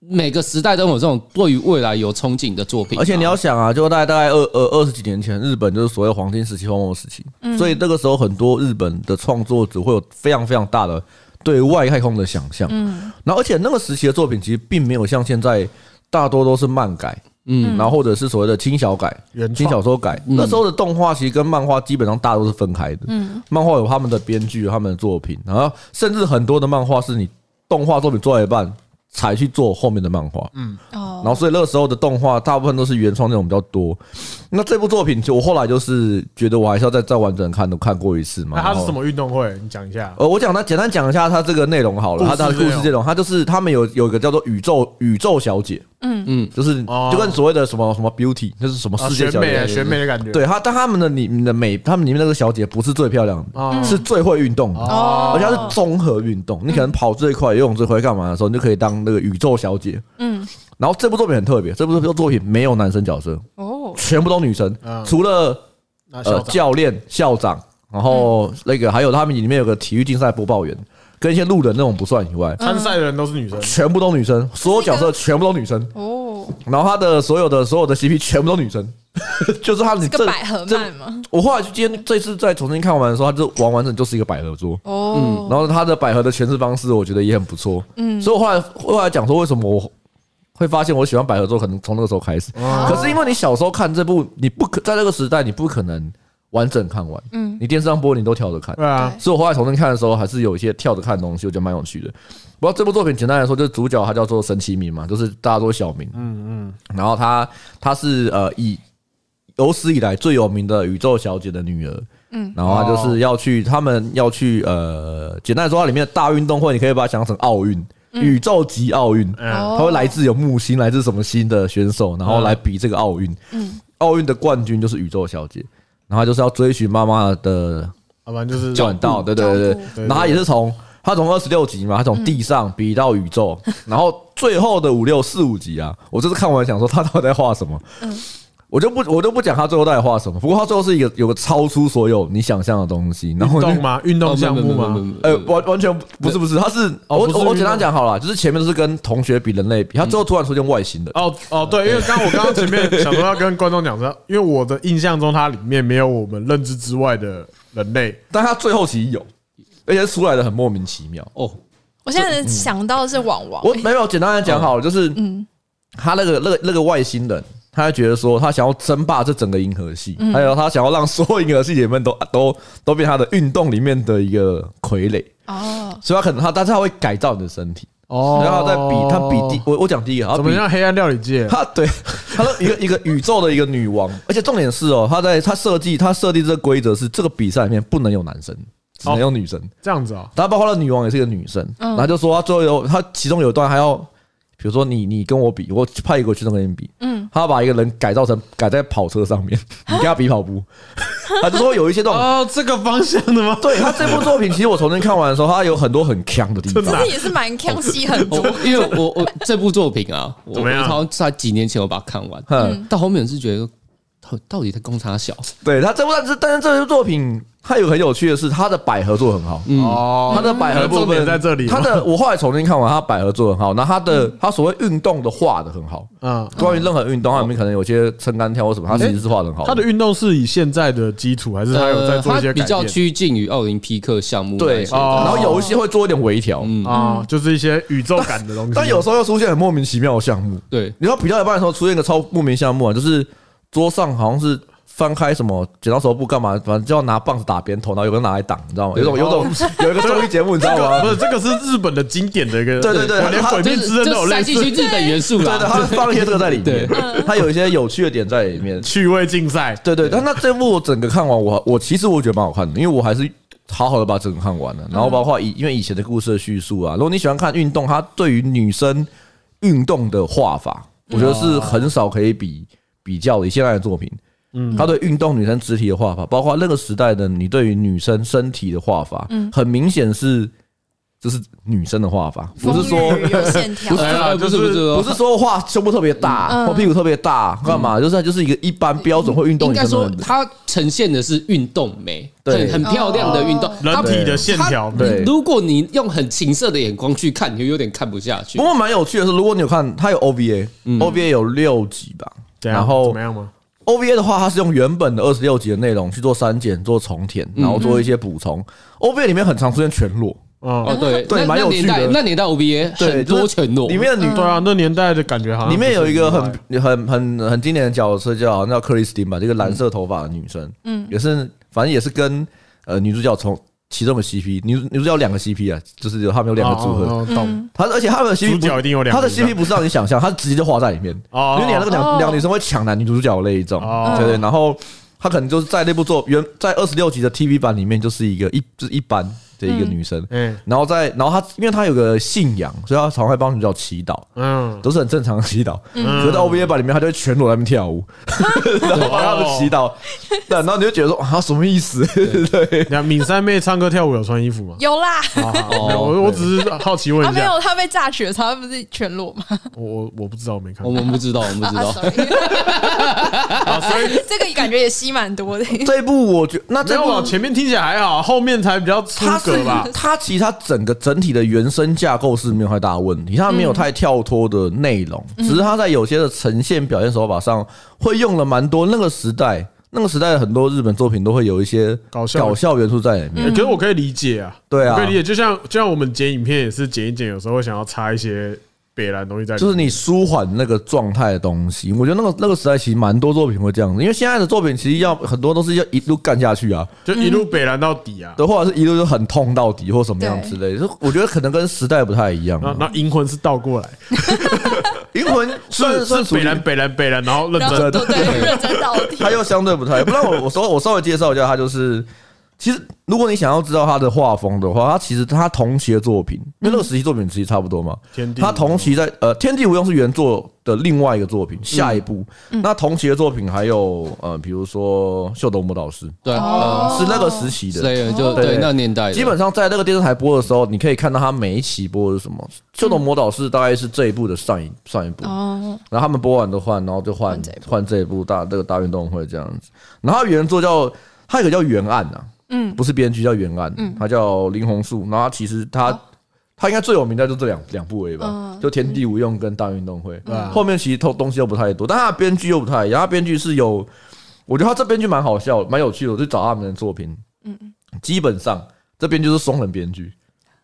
D: 每个时代都有这种对于未来有憧憬的作品嘛，
B: 而且你要想啊，就大概大概二二二十几年前，日本就是所谓黄金时期、黄金时期，所以那个时候很多日本的创作者会有非常非常大的对外太空的想象。嗯，然后而且那个时期的作品其实并没有像现在大多都是漫改，嗯，然后或者是所谓的轻小改
C: 原、创
B: 轻小说改。那时候的动画其实跟漫画基本上大多是分开的，嗯，漫画有他们的编剧、有他们的作品，然后甚至很多的漫画是你动画作品做到一半才去做后面的漫画，然
A: 哦，
B: 后所以那个时候的动画大部分都是原创内容比较多。那这部作品，就我后来就是觉得我还是要再再完整地看都看过一次嘛。哦
C: 那它
B: 然
C: 是
B: 后
C: 什？么运动会？你讲一下。
B: 呃，我讲它简单讲一下它这个内容好了，
C: 故
B: 它
C: 事
B: 它的故
C: 内
B: 事
C: 容
B: 内容，它就是他们有有一个叫做宇宙宇宙小姐，
A: 嗯
D: 嗯
B: 就是
C: 哦
B: 就跟所谓的什么什么 beauty，就是什么
C: 啊
B: 世界
C: 选
B: 小
C: 美啊，
B: 姐。
C: 选美的感觉。
B: 对她，但他们的里面的美，他们里面那个小姐不是最漂亮
C: 哦
B: 的，是最会运动的。
A: 哦
B: 而且它是综合运动，你可能跑最快、游泳最快干嘛的时候，你就可以当那个宇宙小姐。
A: 嗯，
B: 然后这部作品很特别，这部作品没有男生角色，
A: 哦，
B: 全部都女生
C: 嗯，
B: 除了
C: 啊，校
B: 呃
C: 长
B: 教练、校长，然后那个还有他们里面有个体育竞赛播报员，跟一些路人那种不算以外，
C: 啊参赛的人都是女生。
B: 全部都女生，所有角色全部都女生，
A: 哦，
B: 然后他的所有的所有的 CP 全部都女生， 就是他你
A: 这个
B: 这
A: 百合
B: 这
A: 漫吗？
B: 我后来去今天这次再重新看完的时候，他就完完整就是一个百合桌。
A: 哦，
B: 嗯然后他的百合的诠释方式，我觉得也很不错。嗯，所以我后来后来讲说，为什么我会发现我喜欢百合座，可能从那个时候开始。可是因为你小时候看这部，你不可在那个时代，你不可能完整看完。嗯，你电视上播，你都跳着看。
C: 对啊，
B: 所以我后来重新看的时候，还是有一些跳着看的东西，我觉得蛮有趣的。不过这部作品简单来说，就是主角他叫做神奇明嘛，就是大家都小明。嗯嗯。然后他他是呃以有史以来最有名的宇宙小姐的女儿。嗯。然后他就是要去，他们要去呃，简单来说，它里面的大运动会，你可以把它想成奥运，宇宙级奥运。
C: 嗯，
B: 他会来自有木星，来自什么星的选手，然后来比这个奥运。嗯。奥运的冠军就是宇宙小姐，然后她就是要追寻妈妈的
C: 要不然啊就是
B: 转到，对对对
A: 脚
B: 对，然后他也是从他从二十六集嘛，他从地上比到宇宙，然后最后的五六四五集啊，我这次看完想说他到底在画什么，我就不我就不讲他最后到底画什么，不过他最后是一个有个超出所有你想象的东西，然后
C: 运
B: 我就
C: 动吗？运动项目
D: 哦没有没有没有
C: 吗？
D: 没有
B: 呃，完完全不是不是，他是我
C: 哦不是
B: 我我
C: 运
B: 简单
C: 动嗯
B: 讲好了，就是前面都是跟同学比人类比，他最后突然出现外星人，
C: 哦哦，对，因为刚我刚刚前面想说要跟观众讲说，因为我的印象中它里面没有我们认知之外的人类，
B: 但他最后其实有，而且出来的很莫名其妙。
D: 哦，
A: 我现在能想到是网王，
B: 我没有简单的讲
C: 哦
B: 好了，就是
A: 嗯
B: 他那个那个那个外星人，他觉得说他想要争霸这整个银河系，
C: 嗯
B: 还有他想要让所有银河系里面都 都都变他的运动里面的一个傀儡，
A: 哦，
B: 所以他可能他但是他会改造你的身体，
C: 哦
B: 然后他在比他比第我我讲第一个，他
C: 怎么
B: 比
C: 样？黑暗料理界
B: 他对，他说一个一个宇宙的一个女王，而且重点是哦，他在他设计他设定这个规则是这个比赛里面不能有男生，只能有女生。
C: 这样子啊？
B: 然后包括了女王也是一个女生，
A: 嗯
B: 然后就说她最后有她其中有一段还要，比如说你你跟我比，我派一个去跟你比，
A: 嗯，
B: 她要把一个人改造成改在跑车上 面，你跟他比跑步， 她就说有一些这种。
C: 哦，这个方向的吗？
B: 对她这部作品，其实我重新看完的时候，她有很多很强的地
C: 真的
B: 方
C: 啊。
A: 这也是蛮康熙很
D: 我
A: 多，
D: 呃哦 因为我我这部作品啊，我
C: 呃怎么样
D: 我好像在几年前我把它看完，
B: 嗯，
D: 到后面是觉得到到底在攻啥小？
B: 对她这部，但是但是这部作品它有个很有趣的是，它的百合做得很好，
C: 哦
B: 它的百合部
C: 重
B: 分
C: 点在这里吗，
B: 它的我后来重新看完，它百合做得很好，那它的它所谓运动的画的很好，
C: 嗯，
B: 关于任何运动，它里面可能有些撑杆跳或什么，它其实是画的很好。
C: 他的运动是以现在的基础，还是他有在做一些
D: 呃它比
C: 改
D: 较
C: 变？
D: 趋近于奥林匹克项目那
B: 对，
D: 一些
C: 哦
B: 然后有一些会做一点微调，
D: 嗯
C: 啊，就是一些宇宙感的东西。
B: 但有时候又出现很莫名其妙的项目。
D: 对，
B: 你要比较一半的时候，出现一个超莫名项目啊，就是桌上好像是翻开什么剪刀手布干嘛，反正就要拿棒子打别人头，然后有个人拿来挡，你知道吗？有种有种有一个综艺节目，你知道
C: 不
B: 吗？
C: 是这个呃是日本的经典的一个，
B: 对对对
C: 我连
B: 他
C: 鬼
D: 就
C: 灭
D: 是
C: 之刃都有
D: 就
C: 类
D: 塞进去
C: 似
D: 日本元素
B: 对对，
D: 啦。
B: 他放了一些这个在里面
D: 对，
B: 他有一些有趣的点在里面。
C: 趣味竞赛。
B: 对对，但那这部我整个看完，我我其实我觉得蛮好看的，因为我还是好好的把整个看完了。然后包括以因为以前的故事的叙述啊，如果你喜欢看运动，它对于女生运动的画法，我觉得是很少可以比比较的。以现在的作品，嗯，他对运动女生肢体的画法，包括那个时代的你对于女生身体的画法，很明显是就是女生的画法，不是说
A: 风雨有线条
B: 不是，
D: 哎呀不
C: 就是
D: 是不是
B: 不
D: 哦，
B: 是说画胸部特别大
A: 嗯
B: 或屁股特别大，干嘛？就是它就是一个一般标准会运动
D: 应
B: 女
D: 该
B: 生
D: 说
B: 的
D: 它呈现的是运动美，
B: 对
D: 很很漂亮的运动
A: 哦。
D: 它
C: 人体的线条，
D: 它
B: 对
D: 如果你用很情色的眼光去看，你就有点看不下去
B: 不。过蛮有趣的是，如果你有看，它有 OVA，OVA、OVA
D: 嗯
B: 有六集吧。
C: 怎样
B: 然后
C: 怎么样吗？
B: OVA 的话，它是用原本的二十六集的内容去做删减、做重填，
D: 嗯
B: 然后做一些补充。OVA 里面很常出现全裸，
D: 哦，
C: 哦，
D: 对，
B: 对
D: 那
B: 蛮有
D: 那
B: 趣
D: 年
B: 的
D: 代那年代 OBA
B: 对，
D: 很
B: 就
D: 多
B: 是
D: 全裸，
B: 里面的女
C: 对啊，那年代的感觉好像
B: 嗯里面有一个
C: 不是
B: 很很很很经典的角色叫那叫克里斯汀吧，这个蓝色头发的女生，嗯，也是反正也是跟呃女主角从其中的 CP，女女主角有两个 CP 啊，就是有他们有两个组合，
A: 嗯
C: 哦哦哦懂
B: 他而且他们的 CP
C: 主角一定有两
B: 他
C: 个
B: 的
C: 以上
B: CP 不是让你想象，他直接就画在里面。
C: 哦
B: 因为你那个
A: 哦
B: 两两个女生会抢男女主角的那一种，
C: 哦
B: 对对。然后他可能就是在那部作原在二十六集的 TV 版里面，就是一个一就是一般的一个女生。
C: 嗯
B: 然后在，然后她，因为她有个信仰，所以她常会帮女主角祈祷，
C: 嗯，
B: 都是很正常的祈祷。可是
C: 嗯
B: 在 OVA 版里面，她就会全裸在那边跳舞，然后帮她的祈祷。对，然后你就觉得说啊，什么意思？
C: 那敏三妹唱歌跳舞有穿衣服吗？
A: 有啦，
C: 没有我我只是好奇问
A: 啊
C: 一
A: 没
C: 下，
A: 有，他被榨取的时候，他不是全裸吗？
C: 我我我不知道，我没看
D: 我。们不知道，我们不知
A: 啊
B: 哦
D: 道。
A: ，sorry，这
B: 啊
A: 个感觉也吸蛮多的。
B: 这一部我觉那
C: 没
B: 这
C: 有
B: 部
C: 啊，前面听起来还好，后面才比较出
B: 它是
C: 格吧。嗯
B: 它其实它整个整体的原生架构是没有太大问题，它没有太跳脱的内容，只是它在有些的呈现表现手法上会用了蛮多那个时代。那个时代的很多日本作品都会有一些
C: 搞笑
B: 元素在里面，
A: 嗯
C: 欸可是我可以理解啊，
B: 对啊
C: 我可以理解。就像就像我们剪影片也是剪一剪，有时候会想要插一些北兰东西在里面，
B: 就是你舒缓那个状态的东西。我觉得那个那个时代其实蛮多作品会这样子，因为现在的作品其实要很多都是要一路干下去啊，
A: 嗯
C: 就一路北兰到底啊。
B: 对，或者是一路就很痛到底或什么样之类的。就我觉得可能跟时代不太一样啊。
C: 然后然后银魂是倒过来，
B: 银魂算
C: 是
B: 算
C: 是
B: 属于
C: 北兰北兰北兰，然后认
A: 然
C: 真
A: 后 对认真到 底，
B: 它又相对不太，不然我我稍我稍微介绍一下，它就是其实如果你想要知道它的画风的话，它其实它同期的作品，因为那个时期作品其实差不多嘛。
C: 嗯天地无用。
B: 它同期在呃《天地无用》是原作的另外一个作品，下一部。
C: 嗯
B: 那同期的作品还有呃，比如说《秀逗魔导师》，
D: 对，
A: 哦
B: 是那个时期的。
D: 对，就
B: 对
D: 对那年代的，
B: 基本上在那个电视台播的时候，你可以看到它每一期播的是什么。《秀逗魔导士》大概是这一部的上一上一部。
A: 哦，
B: 然后他们播完都换，然后就换
A: 换这一部
B: 换这一部大这个大运动会这样子。然后他原作叫他有个叫原案啊，嗯，不是编剧叫原案，他叫林红树。然后他其实他、他应该最有名的就这两两部而已吧，
A: 嗯
B: 就天地无用跟大运动会。
C: 啊
B: 后面其实都东西又不太多，但他的编剧又不太一样，他编剧是有，我觉得他这编剧蛮好笑，蛮有趣的，我就找他们的作品，嗯，基本上这边就是双人编剧。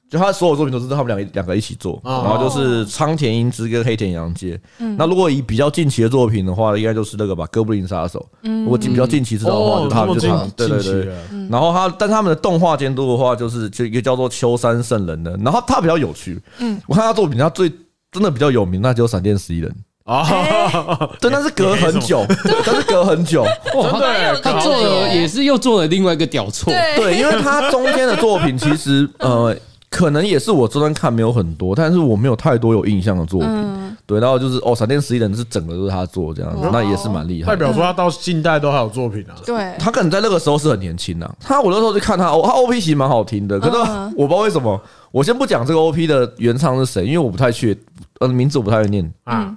B: 就他所有作品都是他们两个两个一起做，
C: 哦
B: 然后就是苍田英之跟黑田洋介。那如果以比较近期的作品的话，应该就是那个吧，《哥布林杀手》。如果比较近期知道的话，
C: 哦
B: 就，他
C: 这
B: 们
C: 么
B: 就他们
C: 近，
B: 对对
C: 近期
B: 对。
C: 了
B: 然后他，但他们的动画监督的话，就是就一个叫做秋山圣人的，然后他比较有趣。嗯，我看他作品，他最真的比较有名，那只有《闪电十一人》。
A: 哎
C: 哦，
B: 对，但是隔很久，但是隔很久。
C: 真的欸，
A: 他
D: 他
C: 搞
D: 做了也是又做了另外一个屌错，
A: 对，
B: 对，因为他中间的作品其实呃，可能也是我这段看没有很多，但是我没有太多有印象的作品。
A: 嗯
B: 对，然后就是哦，《闪电十一人》是整个都是他做这样子，那也是蛮厉害
C: 代
B: 的。
C: 表说他到近代都还有作品啊。
A: 对，
B: 他可能在那个时候是很年轻的、啊他我那时候去看他，哦，他 OP 其实蛮好听的，可是
A: 嗯
B: 我不知道为什么。我先不讲这个 OP 的原唱是谁，因为我不太确，呃，名字我不太会念。
C: 啊，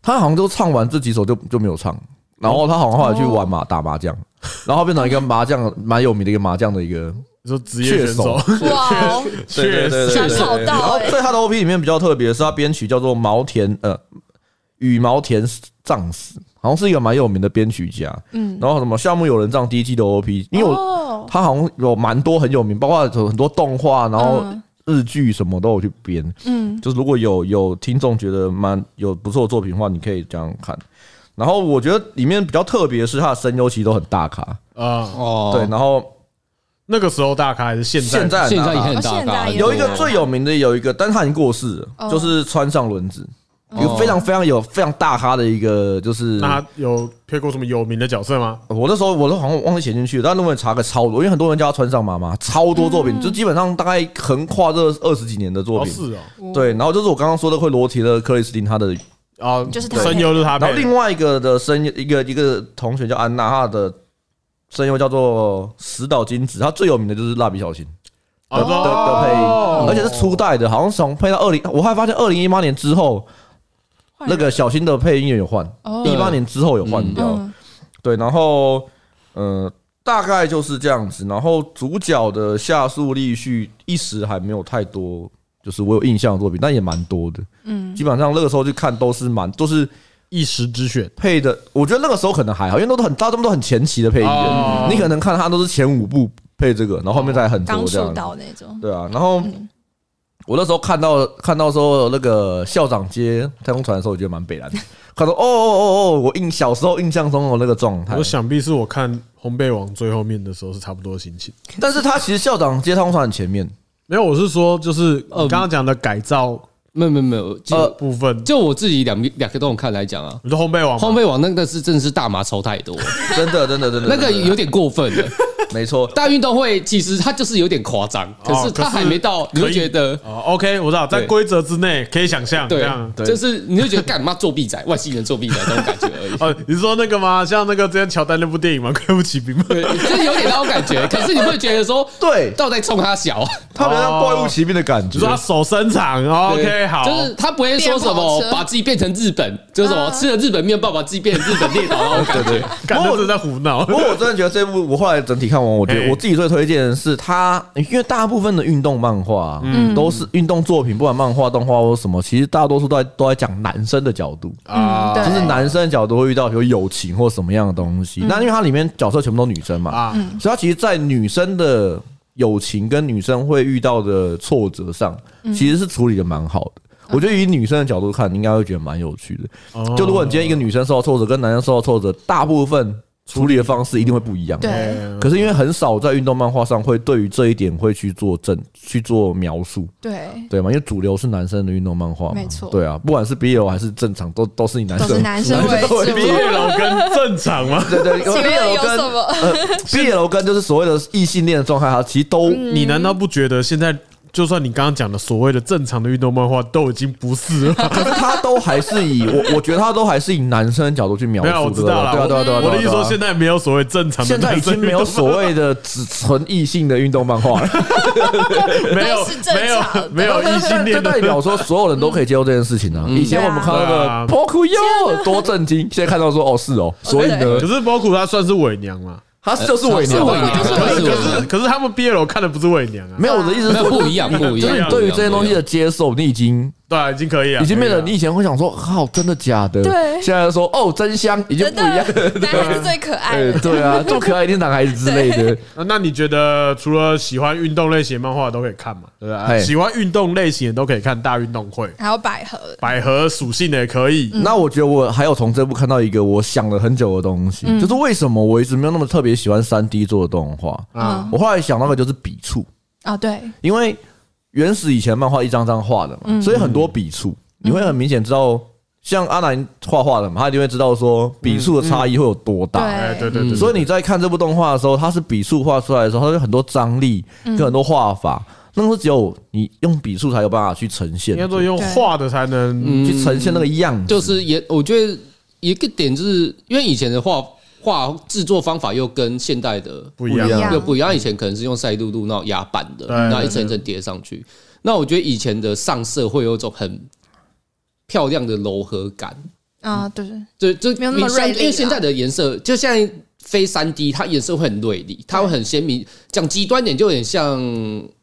B: 他好像就唱完这几首就就没有唱，然后他好像后来去玩嘛打麻将，然后变成一个麻将蛮有名的一个麻将的一个
C: 你说职业选手，
A: 哇哦，
C: 确实
A: 想跑
B: 然
A: 道
B: 后
A: 哎、
B: 在他的 OP 里面比较特别，是他编曲叫做毛田呃羽毛田藏死，好像是一个蛮有名的编曲家。嗯，然后什么夏目友人帐第一季的 OP，因为我、
A: 哦
B: 他好像有蛮多很有名，包括有很多动画，然后
A: 嗯
B: 日剧什么都有去编。
A: 嗯，
B: 就是如果有有听众觉得蛮有不错的作品的话，你可以这样看。然后我觉得里面比较特别的是他的声优其实都很大咖，
C: 啊，
D: 哦，
B: 对，然后
C: 那个时候大咖还是现在？
B: 现在很
D: 现
B: 大
D: 在也
B: 咖
D: 很大咖，
A: 哦现在也
B: 有一个最有名的有一个，但是他已经过世
A: 哦
B: 了，就是川上轮子，一个
D: 哦
B: 非常非常有非常大咖的一个，就是
C: 那他有配过什么有名的角色吗？
B: 我那时候我都好像忘记写进去，但论文查个超多，因为很多人叫他川上妈妈，超多作品，就基本上大概横跨这二十几年的作
C: 嗯哦，
B: 品。
C: 是哦，
B: 对，然后就是我刚刚说的会裸体的克里斯汀，他的，
C: 啊，
A: 就是他
C: 声优就是他
B: 然后
C: 配的
B: 另外一个的声一个一个同学叫安娜，她的声优叫做石岛金子，她最有名的就是蜡笔小新。
C: 啊
B: 的的的配
C: 哦
B: 音，而且是初代的，好像从配到二零，我还发现二零一八年之后，
A: 换
B: 那
A: 人
B: 个小新的配音员有换，
A: 哦
B: 一八年之后有换掉，
A: 嗯
B: 对，然后呃，大概就是这样子，然后主角的下述立序一时还没有太多，就是我有印象的作品，但也蛮多的，嗯，基本上那个时候去看都是蛮都是
C: 一时之选，
B: 配的，我觉得那个时候可能还好，因为都是很大，他们都很前期的配音
C: 哦
B: 员，你可能看他都是前五部配这个，然后后面再很多
A: 刚
B: 这样
A: 出
B: 子。
A: 道那种，
B: 对啊，然后我那时候看到看到时候那个校长接太空船的时候，我觉得蛮北 然的。他说：“哦哦哦哦，我印小时候印象中的那个状态
C: 我。想必是我看《烘焙王》最后面的时候是差不多的心情。”
B: 但是他其实校长接太空船很前面，
C: 没有，我是说，就是你
D: 呃
C: 刚刚讲的改造
D: 没有没有没有，
B: 呃
D: 就
C: 部分，
D: 就我自己两边两个都有看来讲啊，
C: 你说烘焙王吗
D: 荒废网那个是真的是大麻抽太 多，
B: 真的真的真的，
D: 那个
B: 真的
D: 有点过分了。
B: 没错。
D: 大运动会其实它就是有点夸
B: 哦
D: 张，可是它还没到，你会觉得
C: 哦，OK，我知道，在
D: 对
C: 规则之内可以想象这
D: 对
C: 样，。
B: 对
D: 就是你会觉得干嘛作弊仔，外星人作弊仔这种感觉 而已。
C: 哦，你是说那个吗？像那个之前乔丹那部电影嘛，《对不起兵吗？
D: 对，就是有点那种 感觉，可是你会觉得说，
B: 对
D: 到底在冲他小啊？
B: 他比较像怪物骑兵的感
C: 你
B: 觉
D: 哦
C: 说，他手伸长哦，OK，
D: 对
C: 好，
D: 就是他不会说什
A: 电炮车
D: 么把自己变成日本，就是什么
A: 啊
D: 吃了日本面包把自己变成日本 列岛那种哦感觉。
C: 感觉是在胡闹
B: 哦不。过我真的觉得这部，我后来整体看完，我觉
C: 嘿
B: 得我自己最推荐的是它，因为大部分的运动漫画，嗯，都是运动作品，不管漫画、动画或什么，其实大多数都在都在讲男生的角
D: 啊
B: 度，
A: 嗯，对，
B: 啊就是男生的角度会遇到比如友情或什么样的东
A: 嗯
B: 西。那因为它里面角色全部都女生嘛，
C: 啊，
B: 所以它其实，在女生的友情跟女生会遇到的挫折上，
A: 嗯
B: 其实是处理的蛮好的。我觉得以女生的角度看，应该会觉得蛮有趣
C: 哦
A: 哦
B: 的。就如果你今天一个女生受到挫折，跟男生受到挫折，大部分处理的方式一定会不一样。
A: 对
B: 可是因为很少在运动漫画上会对于这一点会去做证去做描述，
A: 对，
B: 对吗？因为主流是男生的运动漫画嘛，
A: 没错
B: 对啊，不管是 BL 还是正常，都都是以男
A: 都
B: 生
A: 是男生为主。
B: 对
C: 毕业楼跟正常吗？
B: 对对，
A: 请问有
B: 跟
A: 什么？
B: 呃 BL 跟就是所谓的异性恋的状态，它其实都
A: 嗯
C: 你难道不觉得现在就算你刚刚讲的所谓的正常的运动漫画，都已经不是了？
B: 可是他都还是以我，我觉得他都还是以男生的角度去描
C: 没有，我
B: 述
C: 知
B: 这个，
C: 道了。
B: 对啊，对啊，对啊。
C: 我的意思说，
B: 对啊啊
C: 现在没有所谓正常的
B: 现在已
C: 男生
B: 经
C: 运
B: 没
C: 动漫画，
B: 有所谓的只纯异性的运动漫画了，
C: 没有
A: 都是正
C: 没
A: 常的
C: 有 没有异性
B: 这
C: 恋的嗯
B: 代表说所有人都可以接受这件事情啊。以前我们看到
C: 对
B: 的
C: 啊
B: 《波库哟》多震惊，现在看到说哦是哦，所以呢
C: 可，是包括他算是伪娘嘛？
B: 他就是伪
D: 是
B: 娘
D: 伪
B: 啊，
D: 娘，
A: 就是
C: 可可
D: 就是是伪娘
C: 是，可是他们毕业楼看的不是伪娘啊，
B: 没有我的意思
D: 没
B: 是
D: 有
B: 说，
D: 不一样，不一
B: 就是
D: 样
B: 你。对于这些东西的接受，你已经
C: 对啊，已经可以啊，
B: 已经变得
C: 可以啊
B: 你以前会想说靠，真的假的？
A: 对
B: 现在说哦真香，已经
A: 真
B: 不一样。
A: 的， 男孩子最可爱
B: 哎，
A: 了。
B: 对啊，这么可爱一定男孩子之类的。啊
C: 那那你觉得除了喜欢运动类型的漫画都可以看嘛？对不啊
B: 嘿
C: 对？喜欢运动类型的都可以看大运动会，
A: 还有百合，
C: 百合属性的也可以。
B: 那我觉得我还有从这部看到一个我想了很久的东西，就是为什么我一直没有那么特别喜欢三 D 做的动画。
C: 啊
A: 嗯
B: 我后来想到的就是笔触，
A: 啊，对，
B: 因为原始以前漫画一张张画的嘛，所以很多笔触，你会很明显知道，像阿南画画的嘛，他一定会知道说笔触的差异会有多大。
C: 哎，
A: 对
C: 对对
D: 嗯
C: 对，
B: 所以你在看这部动画的时候，它是笔触画出来的时候，它有很多张力跟很多画法，那个是只有你用笔触才有办法去呈现
C: 应该，说用画的才能
B: 去呈现那个样子。
D: 就是也，我觉得一个点就是因为以前的画画制作方法又跟现代的
C: 不一样
B: 不一。
A: 样
D: 又不一样，以前可能是用塞露露那种压板的，
C: 对
D: 然后一层一层叠上去。那我觉得以前的上色会有一种很漂亮的柔和感，
A: 啊，
B: 嗯
A: 对对，
D: 就就
A: 没有那么
D: 你像
A: 锐利啦
D: 因为现在的颜色，就现在非三 D，它颜色会很锐利，它会很鲜明。讲极端点，就有点像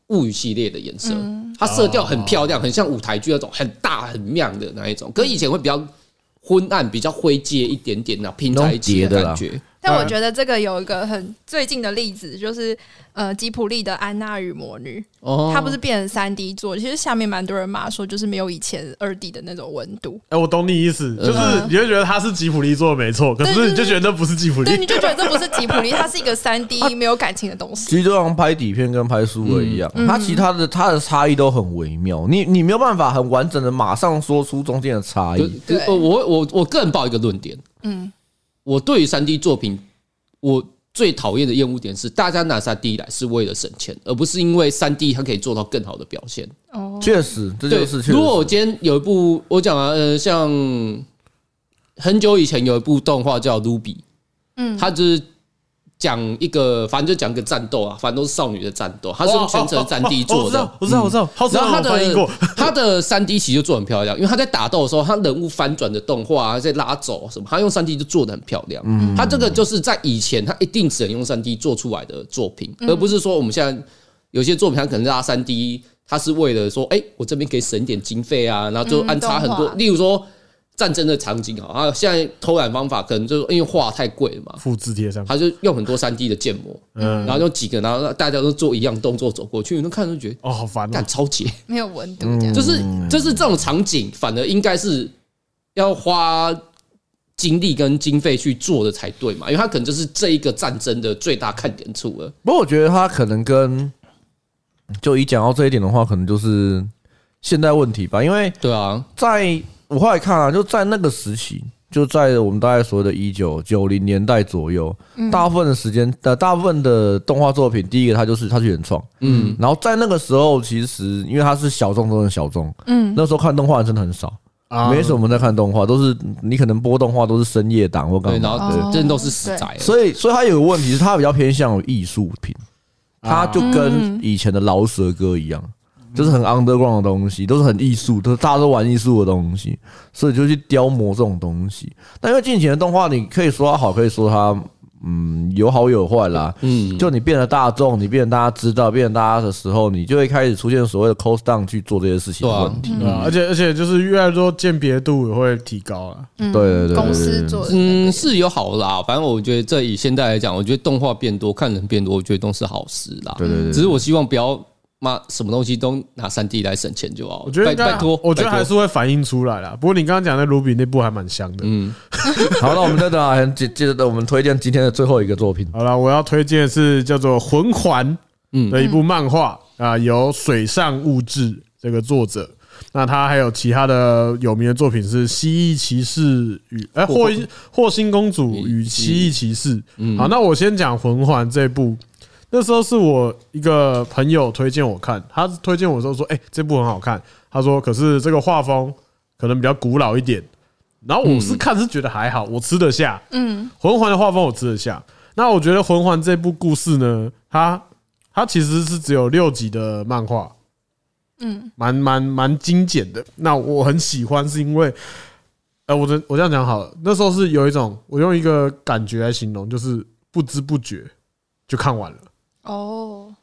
D: 物语系列的颜色，
A: 嗯
D: 它色调很漂亮，很像舞台剧那种很大很亮的那一种。跟以前会比较昏暗，比较灰阶一点点，然后拼在一起
B: 那种叠的啦
D: 感觉。
A: 但我觉得这个有一个很最近的例子，就是呃吉普力的《安娜与魔女》，
D: 哦
A: 它不是变成三 D 做，其实下面蛮多人骂说，就是没有以前二 D 的那种温度。
C: 哎，我懂你意思，就是
A: 嗯
C: 你会觉得他是吉普力做的没错，可
A: 对
C: 是
A: 对
C: 你就觉得不是吉普
A: 对，
C: 力。
A: 你就觉得这不是吉普力，它是一个三
B: 啊
A: D 没有感情的东西。
B: 其实就像拍底片跟拍书的一样，它其他的它的差异都很微妙，你你没有办法很完整的马上说出中间的差
D: 可
B: 异。
A: 对
D: 可呃我我我个人抱一个论点，
A: 嗯，
D: 我对于三 D 作品，我最讨厌的厌恶点是，大家拿三 D 来是为了省钱，而不是因为三 D 它可以做到更好的表现。
A: 哦，
B: 确实，这
D: 对，
B: 就是确
D: 如果我
B: 实。
D: 今天有一部，我讲啊，呃，像很久以前有一部动画叫《Ruby》，
A: 嗯，
D: 它就是讲一个，反正就讲一个战斗啊，反正都是少女的战斗，它是用全程三 D
C: 哦哦哦
D: 做
C: 我知
D: 的。嗯
C: 道，我知道，我知道，好，
D: 然后它
C: 我翻译
D: 的
C: 过，
D: 它的三 D 其实就做得很漂亮，因为它在打斗的时候，它人物翻转的动画啊，在拉走啊什么，它用三 D 就做得很漂亮。
C: 嗯
D: 它这个就是在以前，它一定只能用三 D 做出来的作品，
C: 嗯
D: 而不是说我们现在有些作品它可能拉三 D，它是为了说，哎，我这边可以省点经费啊，然后就
A: 嗯
D: 安插很
A: 动
D: 多
A: 画，
D: 例如说战争的场景啊，啊，现在偷懒方法可能就是因为画太贵了嘛，
C: 复制贴上，
D: 他就用很多三 D 的建模，
C: 嗯
D: 然后用几个，然后大家都做一样动作走过去，那看着就觉得
C: 哦，好烦哦
D: 干，超解。
A: 没有温度这
B: 嗯
A: 样。
D: 就是就是这种场景，反而应该是要花精力跟经费去做的才对嘛，因为它可能就是这一个战争的最大看点处了。
B: 不过我觉得它可能跟就以讲到这一点的话，可能就是现代问题吧，因为
D: 对啊，
B: 在我后来看啊，就在那个时期，就在我们大概所谓的一九九零年代左右，大部分的时间，呃，大部分的动画作品，第一个它就是它是原创，嗯，然后在那个时候，其实因为它是小众中的小众，嗯，那时候看动画真的很少，
C: 啊
B: 没什么在看动画，都是你可能播动画都是深夜档或
D: 对，
B: 干
D: 然
B: 嘛，
D: 后
A: 哦对
D: 真的都是死宅了，
B: 所以所以它有个问题是它比较偏向于艺术品，它
C: 啊
B: 就
A: 嗯
B: 跟以前的饶舌歌一样。就是很 underground 的东西，都是很艺术，都是大家都玩艺术的东西，所以就去雕磨这种东西。但因为近几年的动画，你可以说它好，可以说它嗯有好有坏啦。
D: 嗯，
B: 就你变得大众，你变得大家知道，变得大家的时候，你就会开始出现所谓的 cost down 去做这些事情的问题。
C: 对啊而且而且就是越来越多鉴别度也会提高了。
A: 嗯
B: 对对对对
A: 公司做的那个
D: 嗯，是有好啦。反正我觉得这以现在来讲，我觉得动画变多，看人变多，我觉得都是好事啦。
B: 对对对
D: 只是我希望不要妈什么东西都拿三 D 来省钱就好。
C: 我觉得
D: 拜
C: 应该
D: 拜托，
C: 我觉得
D: 拜托
C: 还是会反映出来啦。不过你刚刚讲的卢比那部还蛮香的。
D: 嗯，
B: 好，那我们再等啊，接接着我们推荐今天的最后一个作品。
C: 好了，我要推荐的是叫做《魂环》
D: 嗯
C: 的一部漫画啊，由水上悟志这个作者。那他还有其他的有名的作品是《蜥蜴骑士与》哎《霍嗯霍星公主与蜥蜴骑士》。好，那我先讲《魂环》这部。那时候是我一个朋友推荐我看，他推荐我的时候说：“哎、这部很好看。”他说：“可是这个画风可能比较古老一点。”然后我是看是觉得还好，我吃得下。
A: 嗯
C: 魂环的画风我吃得下。那我觉得魂环这部故事呢，它它其实是只有六集的漫画，
A: 嗯
C: 蛮蛮蛮精简的。那我很喜欢，是因为，呃，我的我这样讲好了，那时候是有一种我用一个感觉来形容，就是不知不觉就看完了。
A: 哦，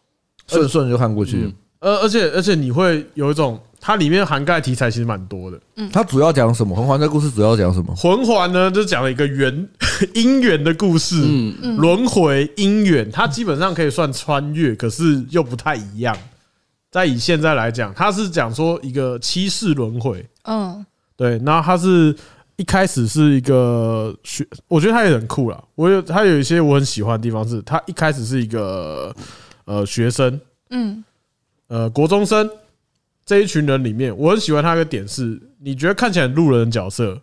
B: 顺顺就看过去。
C: 呃，而且而且你会有一种，它里面涵盖题材其实蛮多的。
B: 它主要讲什么？魂环这故事主要讲什么？
C: 魂环呢，就讲了一个缘 姻缘的故事，
D: 嗯
C: 轮回姻缘，它基本上可以算穿越，可是又不太一样。再以现在来讲，它是讲说一个七世轮回，
A: 嗯
C: 对，那它是一开始是一个学，我觉得它也很酷啦。我有它有一些我很喜欢的地方是，它一开始是一个呃学生，
A: 嗯
C: 呃国中生这一群人里面，我很喜欢他一个点是，你觉得看起来很路人的角色，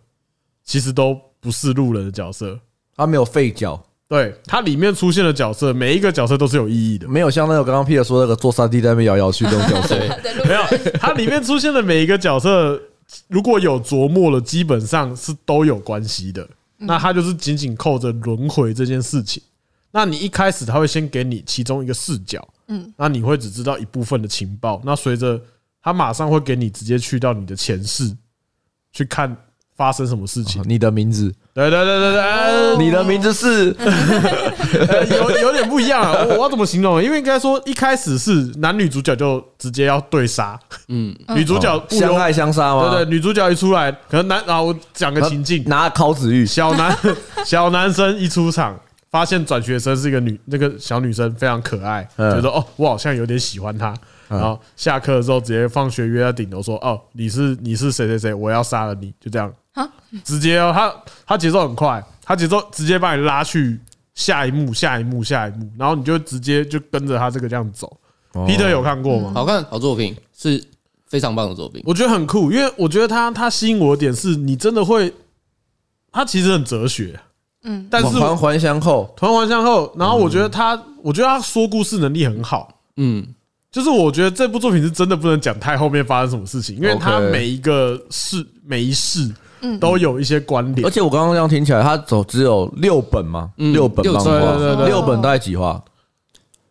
C: 其实都不是路人的角色。
B: 它没有废角，
C: 对，它里面出现的角色，每一个角色都是有意义的。
B: 没有像那个刚刚 Peter 说那个做三 D 在那边摇摇去那种角
C: 哦
B: 色。
C: 没有，它里面出现的每一个角色，如果有琢磨了，基本上是都有关系的。那它就是紧紧扣着轮回这件事情。那你一开始他会先给你其中一个视角，
A: 嗯，
C: 那你会只知道一部分的情报。那随着他马上会给你直接去到你的前世去看发生什么事情。
B: 你的名字，
C: 对对对对对哎，
B: 你的名字 是
C: 呃有有点不一样啊，我我要怎么形容？因为应该说一开始是男女主角就直接要对杀，嗯，女主角不由
B: 相爱相杀吗？
C: 对对，女主角一出来，可能男啊，我讲个情境，
B: 拿考子玉，
C: 小男 小男生一出场，发现转学生是一个女，那个小女生非常可爱，
B: 嗯
C: 觉得哦，我好像有点喜欢她。然后下课的时候直接放学约在顶楼说：“哦，你是你是谁谁谁，我要杀了你。”就这样
A: 啊，
C: 直接哦，他他节奏很快，他节奏直接把你拉去下一幕、下一幕、下一幕，然后你就直接就跟着他这个这样走。Peter 有看过吗？
D: 好看，好作品是非常棒的作品。
C: 我觉得很酷，因为我觉得他他吸引我的点是你真的会，他其实很哲学，
A: 嗯，
C: 但是我
B: 环环相扣，
C: 团完向后，然后我觉得他，我觉得他说故事能力很好。
D: 嗯，
C: 就是我觉得这部作品是真的不能讲太后面发生什么事情，因为它
B: OK
C: 每一个事每一事都有一些关联
B: 而。且我刚刚这样听起来，它走只有六本嘛，
D: 嗯
B: 六本
D: 六
B: 漫
D: 对
B: 画，
C: 对对对
B: 六本大概几话？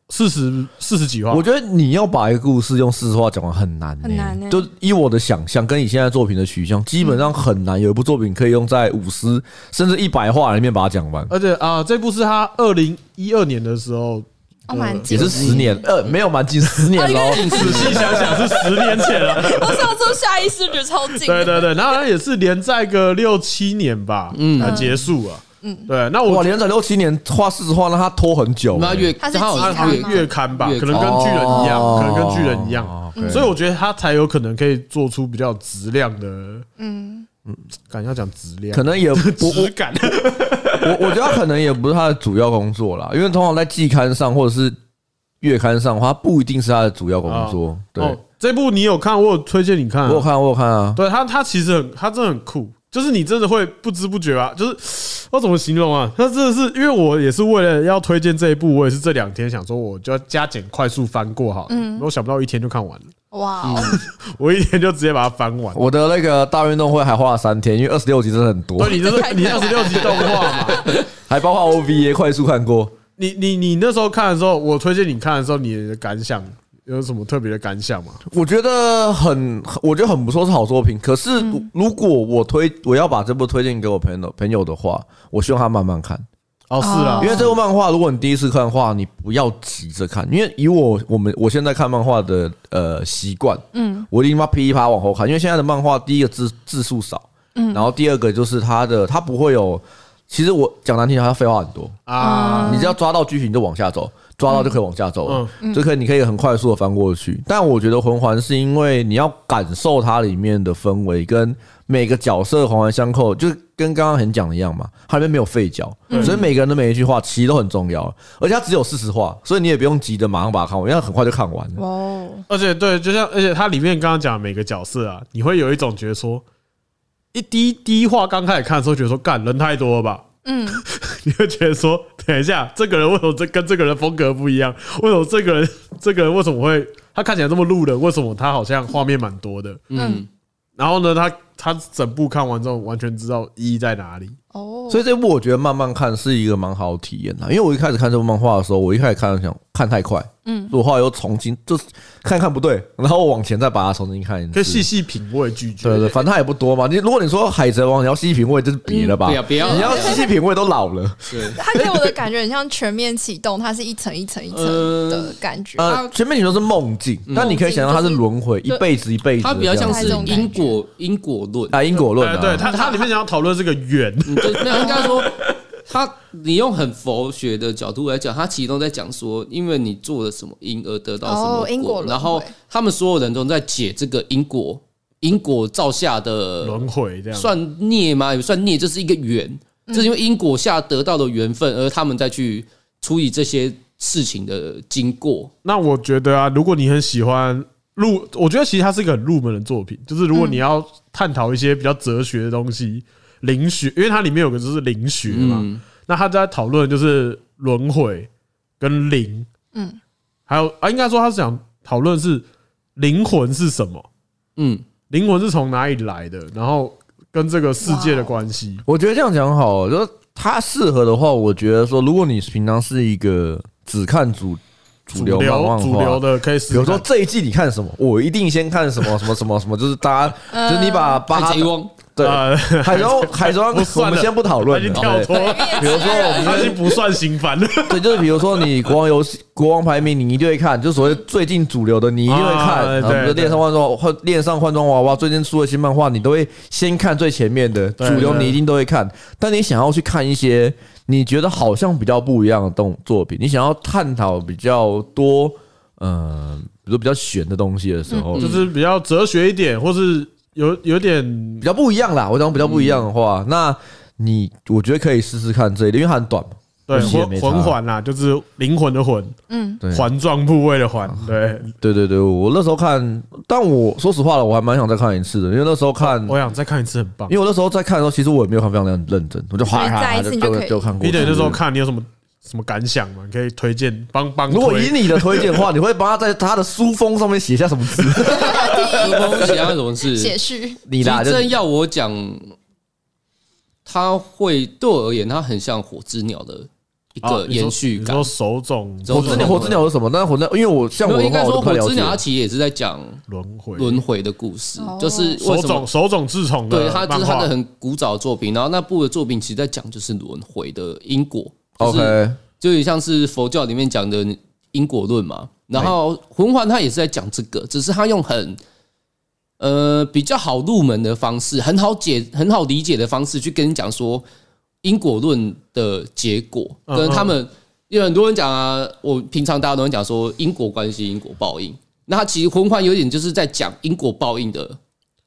C: 四十四十几话
B: 我，觉得你要把一个故事用四十话讲完很难、欸，
A: 很难欸
B: 就依我的想象，跟你现在作品的取向，基本上很难有一部作品可以用在五十甚至一百话里面把它讲完，
C: 而且啊，这部是他二零一二年的时候，
A: 哦，蛮
B: 也
A: 近
B: 是。十年，呃，没有蛮近十年喽。
C: 仔 细想想是十年前了。
A: 我想说下意识觉得超近，
C: 对对 对，然后它也是连载个六七年吧，嗯，才结束啊。嗯，对，那
B: 哇，
C: 我
B: 连载六七年，画四十话，让它拖很久、
D: 那
B: 欸。
D: 月
A: 它是
D: 好
A: 季
D: 像
A: 刊
D: 是
A: 吗
C: 月刊吧，
D: 月
C: 可
D: 刊
C: 能跟巨人一样，
B: 哦
C: 可能跟巨人一样。
B: OK
C: 所以我觉得他才有可能可以做出比较有质量的，
A: 嗯，
C: 敢要讲质量，
B: 可能也不
C: 质感。
B: 我我觉得他可能也不是他的主要工作啦，因为通常在季刊上或者是月刊上，他不一定是他的主要工作。对，
C: 哦，这部你有看，我有推荐你看、啊。
B: 我有看，我有看啊。
C: 对他，他其实很，他真的很酷，就是你真的会不知不觉啊，就是 我怎么形容啊？他真的是，因为我也是为了要推荐这一部，我也是这两天想说，我就要加减快速翻过好了，我想不到一天就看完了，
A: 哇哦，
C: 我一天就直接把它翻完。
B: 我的那个大运动会还花了三天，因为二十六集真的很多
C: 对，，你就是你二十六集动画嘛，
B: 还包括 OVA 快速看过。
C: 你你你那时候看的时候，我推荐你看的时候，你的感想有什么特别的感想吗？
B: 我觉得很，我觉得很不错，是好作品。可是
C: 嗯
B: 如果我推，我要把这部推荐给我朋友朋友的话，我希望他慢慢看。
C: 哦，
A: 是
C: 是
A: 啊
C: 啊
B: 因，为这部漫画，如果你第一次看的话，你不要急着看，因为以我我们我现在看漫画的呃习惯，嗯，我一定把噼里啪啦往后看，因为现在的漫画第一个字字数少，嗯，然后第二个就是它的它不会有，其实我讲难听点，它废话很多，
C: 啊，
B: 你只要抓到剧情你就往下走，抓到就可以往下走了，就可以你可以很快速的翻过去。但我觉得魂环是因为你要感受它里面的氛围跟每个角色环环相扣，就是跟刚刚很讲的一样嘛，它里面没有废角，所以每个人的每一句话其实都很重要，而且它只有四十话，所以你也不用急着马上把它看完，因为它很快就看完了。
A: 哇哦，
C: 而且对，就像而且它里面刚刚讲的每个角色啊，你会有一种觉得说，一第一第一话刚开始看的时候，觉得说干人太多了吧。
A: 嗯，
C: 你会觉得说，等一下，这个人为什么这跟这个人风格不一样？为什么这个人这个人为什么会他看起来这么路人？为什么他好像画面蛮多的？
D: 嗯，
C: 然后呢，他他整部看完之后，完全知道意义在哪里。
A: 哦，
B: 所
A: 以
B: 以这部我觉得慢慢看是一个蛮好的体验的，因为我一开始看这部漫画的时候，我一开始看想看太快，嗯，我后来又重新就是看看不对，然后我往前再把它重新看一次，
C: 可以细细品味拒绝。
B: 对对，反正它也不多嘛。你如果你说海贼王，你要细细品味，就是别
C: 嗯
B: 了吧。
C: 啊
D: 不要不要
B: 你要细细品味都老了。
A: 它给我的感觉很像全面启动，它是一层一层一层的感
C: 嗯
A: 觉，
D: 啊
A: 啊
B: 呃，前面你说是梦境，但你可以想象它是轮回，一辈子一辈子的这
D: 它
B: 样。
D: 比较像是
A: 这种感觉
D: 因果因果论，
B: 啊因果论
C: 哎
B: 啊，
C: 对他他里面想要讨论这个缘，
D: 嗯，就没有应该 说，他你用很佛学的角度来讲，他其实都在讲说，因为你做了什么因而得到什么
A: 哦因果轮回
D: 然后他们所有人都在解这个因果，因果造下 的
C: 轮回这样。
D: 算孽吗？也算孽，这是一个缘，
A: 嗯
D: 就是因为因果下得到的缘分，而他们再去处理这些事情的经过。
C: 那我觉得啊，如果你很喜欢入，我觉得其实它是一个很入门的作品，就是如果你要探讨一些比较哲学的东西，灵学，因为它里面有个就是灵学嘛，
D: 嗯
C: 那他在讨论就是轮回跟灵，
A: 嗯，
C: 还有啊，应该说他是想讨论是灵魂是什么，
D: 嗯，
C: 灵魂是从哪里来的，然后跟这个世界的关系。
B: 我觉得这样讲好，就是它适合的话，我觉得说，如果你平常是一个只看主主
C: 主
B: 流漫画
C: 流主流。的可以试
B: 比
C: 试看，
B: 如 说这一季你看什么，我一定先看什么什么什么什么，就是大家，就是你把
D: 呃海
B: 把
D: 哎 贼王
B: 对，
C: 呃
B: 海贼王，海贼王，
C: 不算
B: 我
C: 了
B: 们先不讨
C: 他
B: 论
C: 已经
B: 了。
C: 跳脱
B: 对，
C: 了，
A: 比
B: 比如说我
C: 他已经不算刑犯了。
B: 对，就是比如说你国王游戏、国王排名，你一定会看，就所谓最近主流的，你一定会看。
C: 啊
B: 然后
C: 对
B: 比如
C: 对
B: 恋上换装换恋上换装娃娃，最近出的新漫画，你都会先看最前面的
C: 对
B: 主流，
C: 对
B: 你一定都会看。但你想要去看一些你觉得好像比较不一样的动作品，你想要探讨比较多，呃，比如比较玄的东西的时候，
C: 就是比较哲学一点，或是有有点
B: 比较不一样啦。我讲比较不一样的话，那你我觉得可以试试看这一类，因为它很短嘛。
C: 对
B: 其实也没
C: 魂
B: 差
C: 魂环啦，就是灵魂的魂，
A: 嗯，
B: 对啊嗯
C: 环状部位的环，对，
B: 对对对，我那时候看，但我说实话了，我还蛮想再看一次的，因为那时候看，
C: 哦我想再看一次，很棒
B: 因。为我那时候在看的时候，其实我也没有看非常的认真，我就哗
A: 所以再
B: 啦
A: 一
B: 就
A: 次你就可以
B: 就就看过。
C: Peter 那时候，看你有什么什么感想吗？你可以推荐帮帮推。
B: 如果以你的推荐的 话，你会帮他在他的书封上面写下什么字？
D: 我想要什么事？
A: 写序，
B: 你啦，
D: 其
B: 就
D: 实真要我讲，它会对我而言，它很像火之鸟的一
C: 啊
B: 哦
D: 个
C: 你说
D: 延续
C: 你
D: 感
C: 说。手冢
D: 手
B: 火
D: 冢
B: 之鸟，火之鸟是什么？但是火之鸟，因为我像我
D: 没有
B: 的
D: 应该
B: 话，我
D: 说
B: 就快
D: 火
B: 了
D: 之鸟，它
B: 解。
D: 其实也是在讲
C: 轮回
D: 轮回的故事
A: 哦，
D: 就是为
C: 手
D: 什么
C: 冢手冢治虫的
D: 对它就是它
C: 漫画
D: 的很古早的作品，然后那部的作品其实在讲就是轮回的因果，就是
B: OK，
D: 就有点像是佛教里面讲的因果论嘛。
C: 哎
D: 然后魂环它也是在讲这个，只是它用很呃比较好入门的方式，很好解、很好理解的方式去跟你讲说因果论的结果
C: 嗯
D: 跟他们，因为很多人讲啊，我平常大家都会讲说因果关系、因果报应，那它其实魂环有点就是在讲因果报应的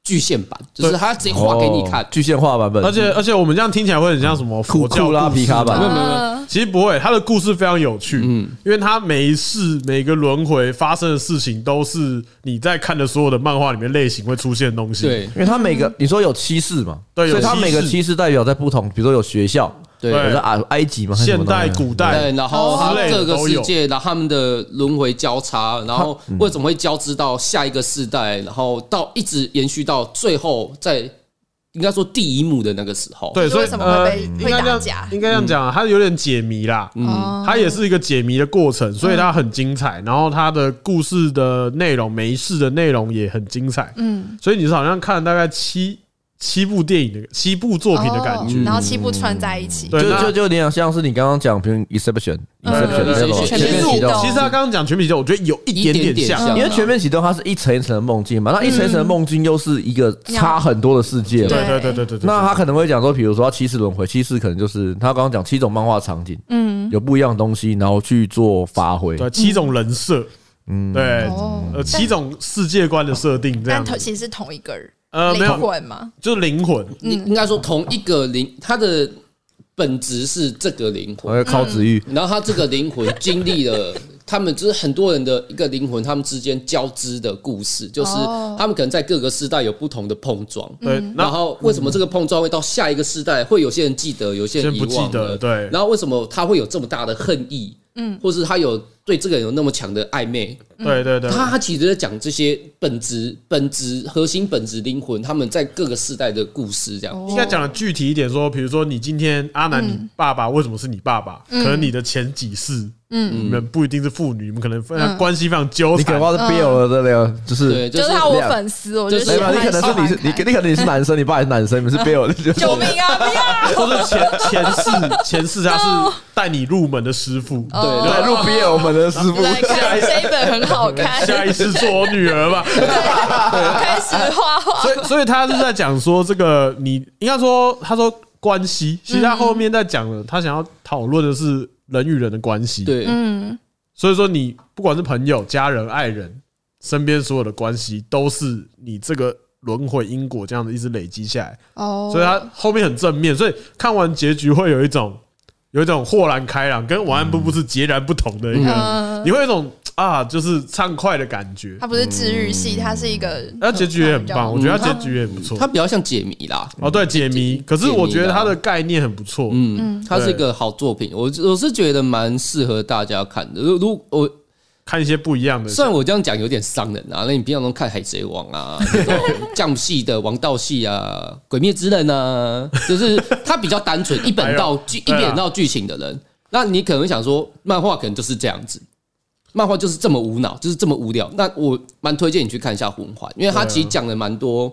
D: 具现版，就是它直接画给你看
B: 哦。具现化版本，
C: 而且而且我们这样听起来会很像什么
B: 库
C: 佛教
B: 库拉
C: 故事
B: 皮卡
D: 没
B: 版
D: 有没有没有
A: 啊
C: 其实不会，他的故事非常有趣，嗯，因为他每一世每个轮回发生的事情，都是你在看的所有的漫画里面类型会出现的东西。
D: 对
B: 因为它每个你说有七世嘛，
C: 对有
B: 所以它
C: 七
B: 每个
C: 世
B: 七世代表在不同，比如说有学校，有
D: 对
C: 对。
B: 在啊埃埃及嘛，还是什
C: 现
B: 么东西
C: 代、古代，
D: 对，然后他
C: 之类的
D: 各个
C: 都
D: 世
C: 有嗯
D: 界，然后他们的轮回交叉，然后为什么会交织到下一个世代，然后到一直延续到最后，在应该说第一幕的那个时候，
A: 就
C: 对，
A: 是
C: 所以
A: 为什么会
C: 呃，
A: 被
C: 应
A: 会
C: 该
A: 打
C: 这
A: 架
C: 样，应该这样讲啊，它有点解谜啦，
A: 哦
C: 它也是一个解谜的过程，所以它很精彩。然后它的故事的内容，每一世的内容也很精彩，
A: 嗯
C: 所以你是好像看了大概七七部电影的七部作品的感觉
A: 哦。然后七部串在一起，
C: 对，
B: 就
C: 那
B: 就就有点像是你刚刚讲，比如 exception，exception
A: 嗯
B: 那种
D: 全
B: 前
D: 面
B: 面
A: 启
B: 启
A: 动
B: 动，
C: 其实他刚刚讲全面启动，我觉得有一点点像，
D: 啊
B: 因为全面启动它是一层一层的梦境嘛，那一层一层的梦境又是一个差很多的世界嘛。
C: 嗯对对对对对对。
B: 那他可能会讲说，比如说他七次轮回，七次可能就是他刚刚讲七种漫画场景，
A: 嗯，
B: 有不一样的东西，然后去做发挥。
C: 对七种人设，嗯，对，
A: 哦，
C: 呃，七种世界观的设定这
A: 但
C: 样
A: 同
C: 子，
A: 其实是同一个人
C: 呃，没
A: 灵
C: 有，
A: 魂嘛，
C: 就是灵魂，
D: 应应该说同一个灵，它的本质是这个灵
B: 我
D: 魂，
C: 哎
B: 要靠子玉，
D: 然后他这个灵魂经历了。他们就是很多人的一个灵魂，他们之间交织的故事，就是
A: 哦
D: 他们可能在各个时代有不同的碰撞，
C: 对，
D: 然
C: 那
D: 后为什么这个碰撞会到下一个世代，会有些人记得，有些人
C: 有
D: 遗
C: 些人不
D: 忘
C: 记得
D: 了
C: 对
D: 然后为什么他会有这么大的恨意？嗯，或是他有对这个人有那么强的暧昧？
C: 对对对，
D: 他他其实在讲这些本质、本质、核心、本质、灵魂，他们在各个世代的故事，这样。
C: 应该讲的具体一点，说，比如说你今天阿南，你爸爸为什么是你爸爸？可能你的前几世，嗯，你们不一定是父女，你们可能非常关系非常纠
B: 你可能，
C: 缠
B: 光是 Bill 的那个，就是
D: 对，
A: 就是
D: 是
A: 他我粉丝，我就
D: 就是
B: 没
A: 喜
B: 有
A: 欢
B: 你可能是你是你你可能你是男生，你爸也是男生，你们是 Bill，你就 是
A: 救命啊！不要，
C: 或是前前世前世他是带你入门的师傅，
D: 对
A: 哦
D: 对
B: 对入 Bill 门的师傅。
A: 来看这一本很好看，
C: 下一世做我女儿吧。
A: 开始画画，
C: 所以，所以他是在讲说这个，你应该说，他说关系，其实他后面在讲了，他想要讨论的是人与人的关系。，
D: 对，
A: 嗯，
C: 所以说你不管是朋友、家人、爱人，身边所有的关系，都是你这个轮回因果这样子一直累积下来。
A: 哦
C: 所以他后面很正面，所以看完结局会有一种有一种豁然开朗，跟晚安布布是截然不同的一个，
A: 嗯
C: 你会有一种啊，就是畅快的感觉。
A: 它不是治愈系，它是一个，
C: 那结局也很棒，我觉得他结局也不错。
D: 它比较像解谜啦。
C: 哦，对，解谜。可是我觉得它的概念很不错。嗯，
D: 嗯，它是一个好作品，我我是觉得蛮适合大家看的。如如我
C: 看一些不一样的。
D: 虽然我这样讲有点伤人啊，那你平常都看《海贼王》啊， 这种降系的王道系啊，《鬼灭之刃》啊，就是他比较单纯，一 本道剧，一
C: 对啊
D: 本道剧情的人，那你可能会想说，漫画可能就是这样子，漫画就是这么无脑，就是这么无聊。那我蛮推荐你去看一下《魂环》，因为它
C: 对啊
D: 其实讲了蛮多。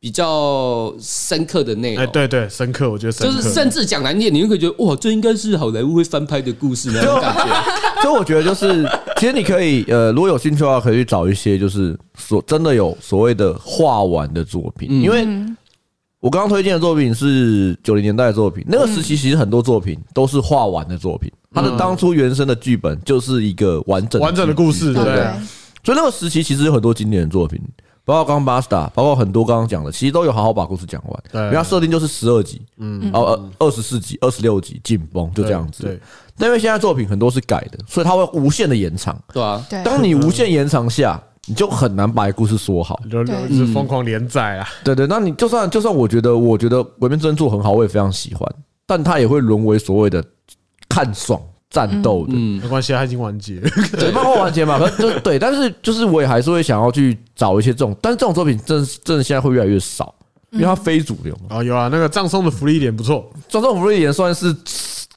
D: 比较深刻的内容。
C: 哎，对对，深刻，我觉得深
D: 哦就
C: 刻。
D: 是甚至讲难听，你会觉得哇，这应该是好莱坞会翻拍的故事那种感觉。
B: 所以我觉得就是，其实你可以呃，如果有兴趣的话，可以去找一些就是所真的有所谓的画完的作品，因为
C: 嗯
B: 我刚刚推荐的作品是九零年代的作品，那个时
C: 嗯
B: 期其实很多作品都是画完的作品，它的当初原生的剧本就是一个完整
C: 完整的
B: 剧
C: 故事，
A: 对
C: 对，
B: 所以那个时期其实有很多经典的作品，包括刚刚 Basta，包括很多刚刚讲的，其实都有好好把故事讲完。
C: 对
B: 人家设定就是十二集，嗯，哦，二十四集、二十六集紧绷，就这样
C: 对
B: 子。，但因为现在作品很多是改的，所以它会无限的延长。
D: 对啊，
A: 对
B: 当你无限延长下，你就很难把故事说好。
C: 就
A: 对
C: 就是疯狂连载啊，
B: 对对，那你就算就算我觉得我觉得《鬼面之刃》做很好，我也非常喜欢，但它也会沦为所谓的看爽战斗的。
D: 嗯，
C: 没关系，它已经完结了。
B: 对，漫画完结嘛，可是就对，但是就是我也还是会想要去找一些这种，但是这种作品真的是真的现在会越来越少，因为它非主流嘛。
C: 哦，有啊，那个葬送的福利点不错，
B: 庄重福利也算是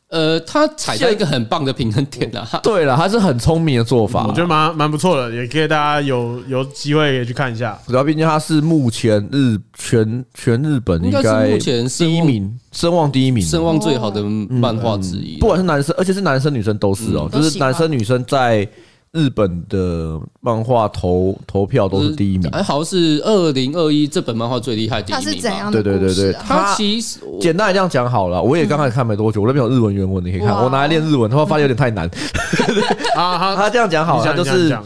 D: 呃，他踩到一个很棒的平衡点啊。
B: 对了，它是很聪明的做法
C: 我。觉得蛮蛮不错的，也可以大家有 有机会可以去看一下。
B: 主要毕竟它是目前日全全日本应
D: 应该
B: 该
D: 是目前声
B: 第一
D: 望
B: 名，声望第一名，
D: 声望最好的漫画之一。
B: 嗯
D: 啊
B: 不管是男生，而且是男生女生都是哦，
A: 嗯
B: 就是男生女生在日本的漫画投投票都是第一名。
D: 哎，好像是二零二一这本漫画最厉害的第一
A: 它
D: 名吧。
A: 是怎样
B: 对
A: 的故事
B: 对
A: 啊？
B: 对对，
D: 它其实我嗯
B: 简单来这样讲好了，我也刚才看没多久，我那边有日文原文，你可以看。
A: 哇
B: 我拿来练日文，他会发现有点太难。
C: 啊，他
B: 他这样讲好了，他就是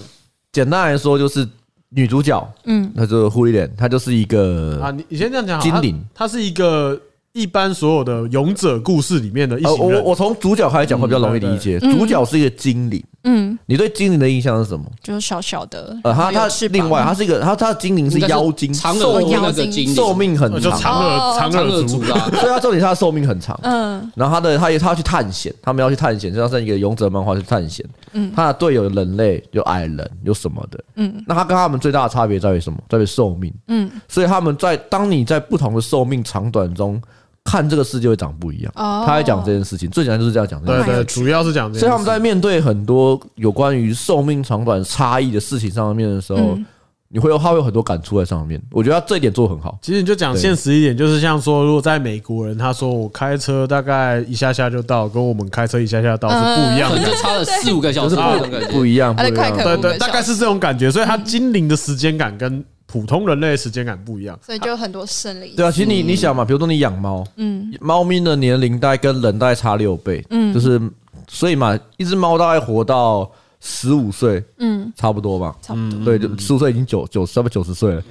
B: 简单来说，就是女主角，
A: 嗯，
B: 她就是狐狸脸，她就是一
C: 啊，
B: 个呃
C: 你你先这样讲好，
B: 精灵
C: 它它是一个一般所有的勇者故事里面的一
B: 呃，
C: 行
B: 我我
C: 人，
B: 我从主角开始讲会比较容易理解。
A: 对对
B: 主角是一个精灵，
A: 嗯，
B: 你对精灵的印象是什么？
A: 就是小小的，
B: 呃，他
A: 有
B: 他
A: 翅膀
B: 另外他是一个他他的精灵是
D: 应该
B: 妖精，
D: 嫦
B: 寿
D: 娥
A: 精
D: 的那个精灵，
B: 寿命很
C: 呃就
B: 长，
C: 嫦
A: 哦
C: 娥嫦
D: 嫦娥
C: 娥
D: 族啊
C: 族，啊
D: 啦。
B: 所以他重点是他的寿命很长。
A: 嗯
B: 然后他的他也他要去探险，他们要去探险，就像是一个勇者漫画去探险。嗯，他的队友有人类，有矮人，有什么的。嗯，那他跟他们最大的差别在于什么？在于寿命。
A: 嗯，
B: 所以他们在当你在不同的寿命长短中看这个世界会长不一样。
A: 哦
B: 他在讲这件事情，最简单就是这样讲这件
C: 对
B: 事情。
C: 对，主要是讲这件事，
B: 所以他们在面对很多有关于寿命长短差异的事情上面的时候，
A: 嗯
B: 你会有他会有很多感触在上面。我觉得他这一点做得很好。
C: 其实你就讲
B: 对
C: 现实一点，就是像说，如果在美国人，他说我开车大概一下下就到，跟我们开车一下下到
B: 呃
C: 是不一样
D: 可能
C: 的，
D: 就差了四五个小
B: 就是
D: 时
B: 不
D: 那种感
B: 不
D: 觉。
B: 一样，不
A: 他
B: 一
A: 的
B: 样
A: 啊快。可
C: 对
A: 五个
C: 对，大概
A: 小时
C: 是这种感觉，所以他精灵的时间感跟普通人类的时间感不一样。
A: 所以就有很多生理。
B: 对啊，其实你你想嘛，比如说你养猫，
A: 嗯
B: 猫咪的年龄大概跟人大概差六倍，
A: 嗯
B: 就是所以嘛，一只猫大概活到十五岁
A: 嗯，
B: 差不多吧，嗯
A: 差不多。嗯
B: 对，就十五岁已经九九差不多九十 岁了，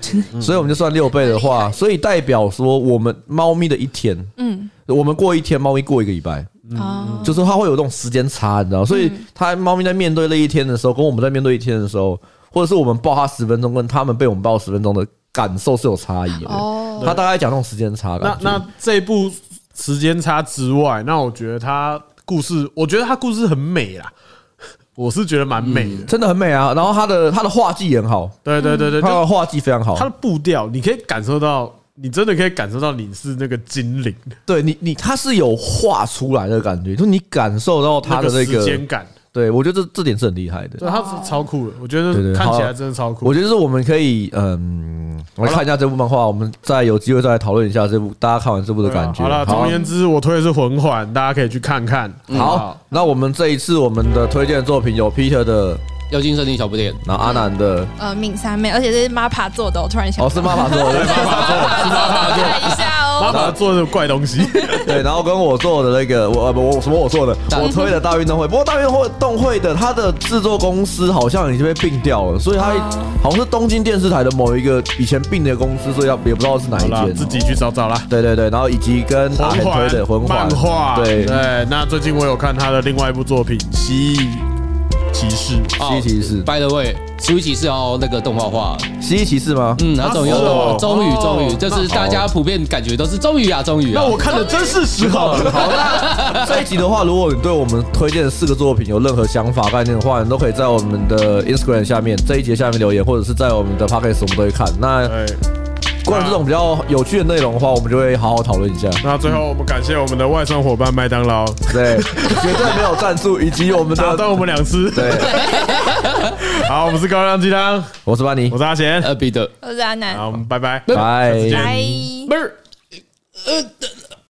B: 所以我们就算六倍的
A: 很厉
B: 话，
A: 害
B: 所以代表说我们猫咪的一天，
A: 嗯
B: 我们过一天，猫咪过一个礼拜，
A: 啊，
B: 就是它会有这种时间差，你知道，所以它猫咪在面对那一天的时候，跟我们在面对一天的时候，或者是我们抱它十分钟，跟它们被我们抱十分钟的感受是有差异的。
A: 哦，
B: 它大概讲那种时间差感
C: 那
B: 觉，
C: 那这一部时间差之外，那我觉得他故事，我觉得他故事很美啦， 我是觉得蛮美的。
B: 真的很美啊。然后他的他的画技也很好，
C: 对对对对，
B: 他
C: 就
B: 的画技非常嗯好
C: 他。的步调，你可以感受到，你真的可以感受到你是那个精灵，
B: 对你你他是有画出来的感觉，就是你感受到他的
C: 那
B: 那
C: 时
B: 个
C: 间，感，
B: 对我觉得这这点是很厉害的
C: 对，。他是超酷的，我觉
B: 对对
C: 得
B: 对
C: 看起
B: 好
C: 来真的超酷。
B: 我觉得是我们可以嗯，我来看一下这部漫画，我们再有机会再来讨论一下这部大家看完这部的
C: 对啊
B: 感觉。
C: 好了，总而言之，我推的是《魂环》，大家可以去看看。
B: 嗯好，那我们这一次我们的推荐作品有 Peter 的，
D: 妖精设定小不点，
B: 然后阿南的，
A: 呃，敏三妹，而且这是 MAPA 做的，我突然想
B: 哦
A: 到，
B: 是妈妈做
A: MAPA 做
B: 的，
A: 的，看一下哦。
C: 妈妈做的怪东西，
B: 对，然后跟我做的那个，我呃不我什么我做的，
D: 大
B: 我推的大运动会。不过大运动会动会的它的制作公司好像已经被并掉了，所以它好像是东京电视台的某一个以前并的公司，所以要也不知道是哪
C: 好
B: 一
C: 了，
B: 间。
C: 自己去找找啦。
B: 对对对，然后以及跟阿
C: 魂
B: 恒推的魂
C: 环
B: 环
C: 漫画，
B: 对
C: 对。那最近我有看他的另外一部作品《蜥蜴骑士》，
B: 蜥蜴骑士，
D: By the way，奇异骑士要那个动画化，
B: 蜥蜴骑士吗？
D: 嗯，然后终于要动画
C: 哦
D: 终于
C: 哦
D: 终于，就是大家普遍感觉都是终于啊，终于啊
C: 那。我看的真是时候。
B: 好 啦，这一集的话，如果你对我们推荐的四个作品有任何想法、概念的话，你都可以在我们的 Instagram 下面这一节下面留言，或者是在我们的 Podcast 我们都会看。那
C: 对，
B: 关于这种比较有趣的内容的话，我们就会好好讨论一下。
C: 那最后我们感谢我们的外送伙伴麦当劳，
B: 对，绝对没有战术，以及我们
C: 打
B: 的
C: 断我们两次。
B: 对，
C: 好，我们是高亮鸡汤，
B: 我是班尼
C: 我，是阿贤，
D: 呃，彼得。
A: 我是阿南，
C: 好，我们拜拜。
B: 拜。
C: 见
A: 拜。
C: 不是。
D: 呃，等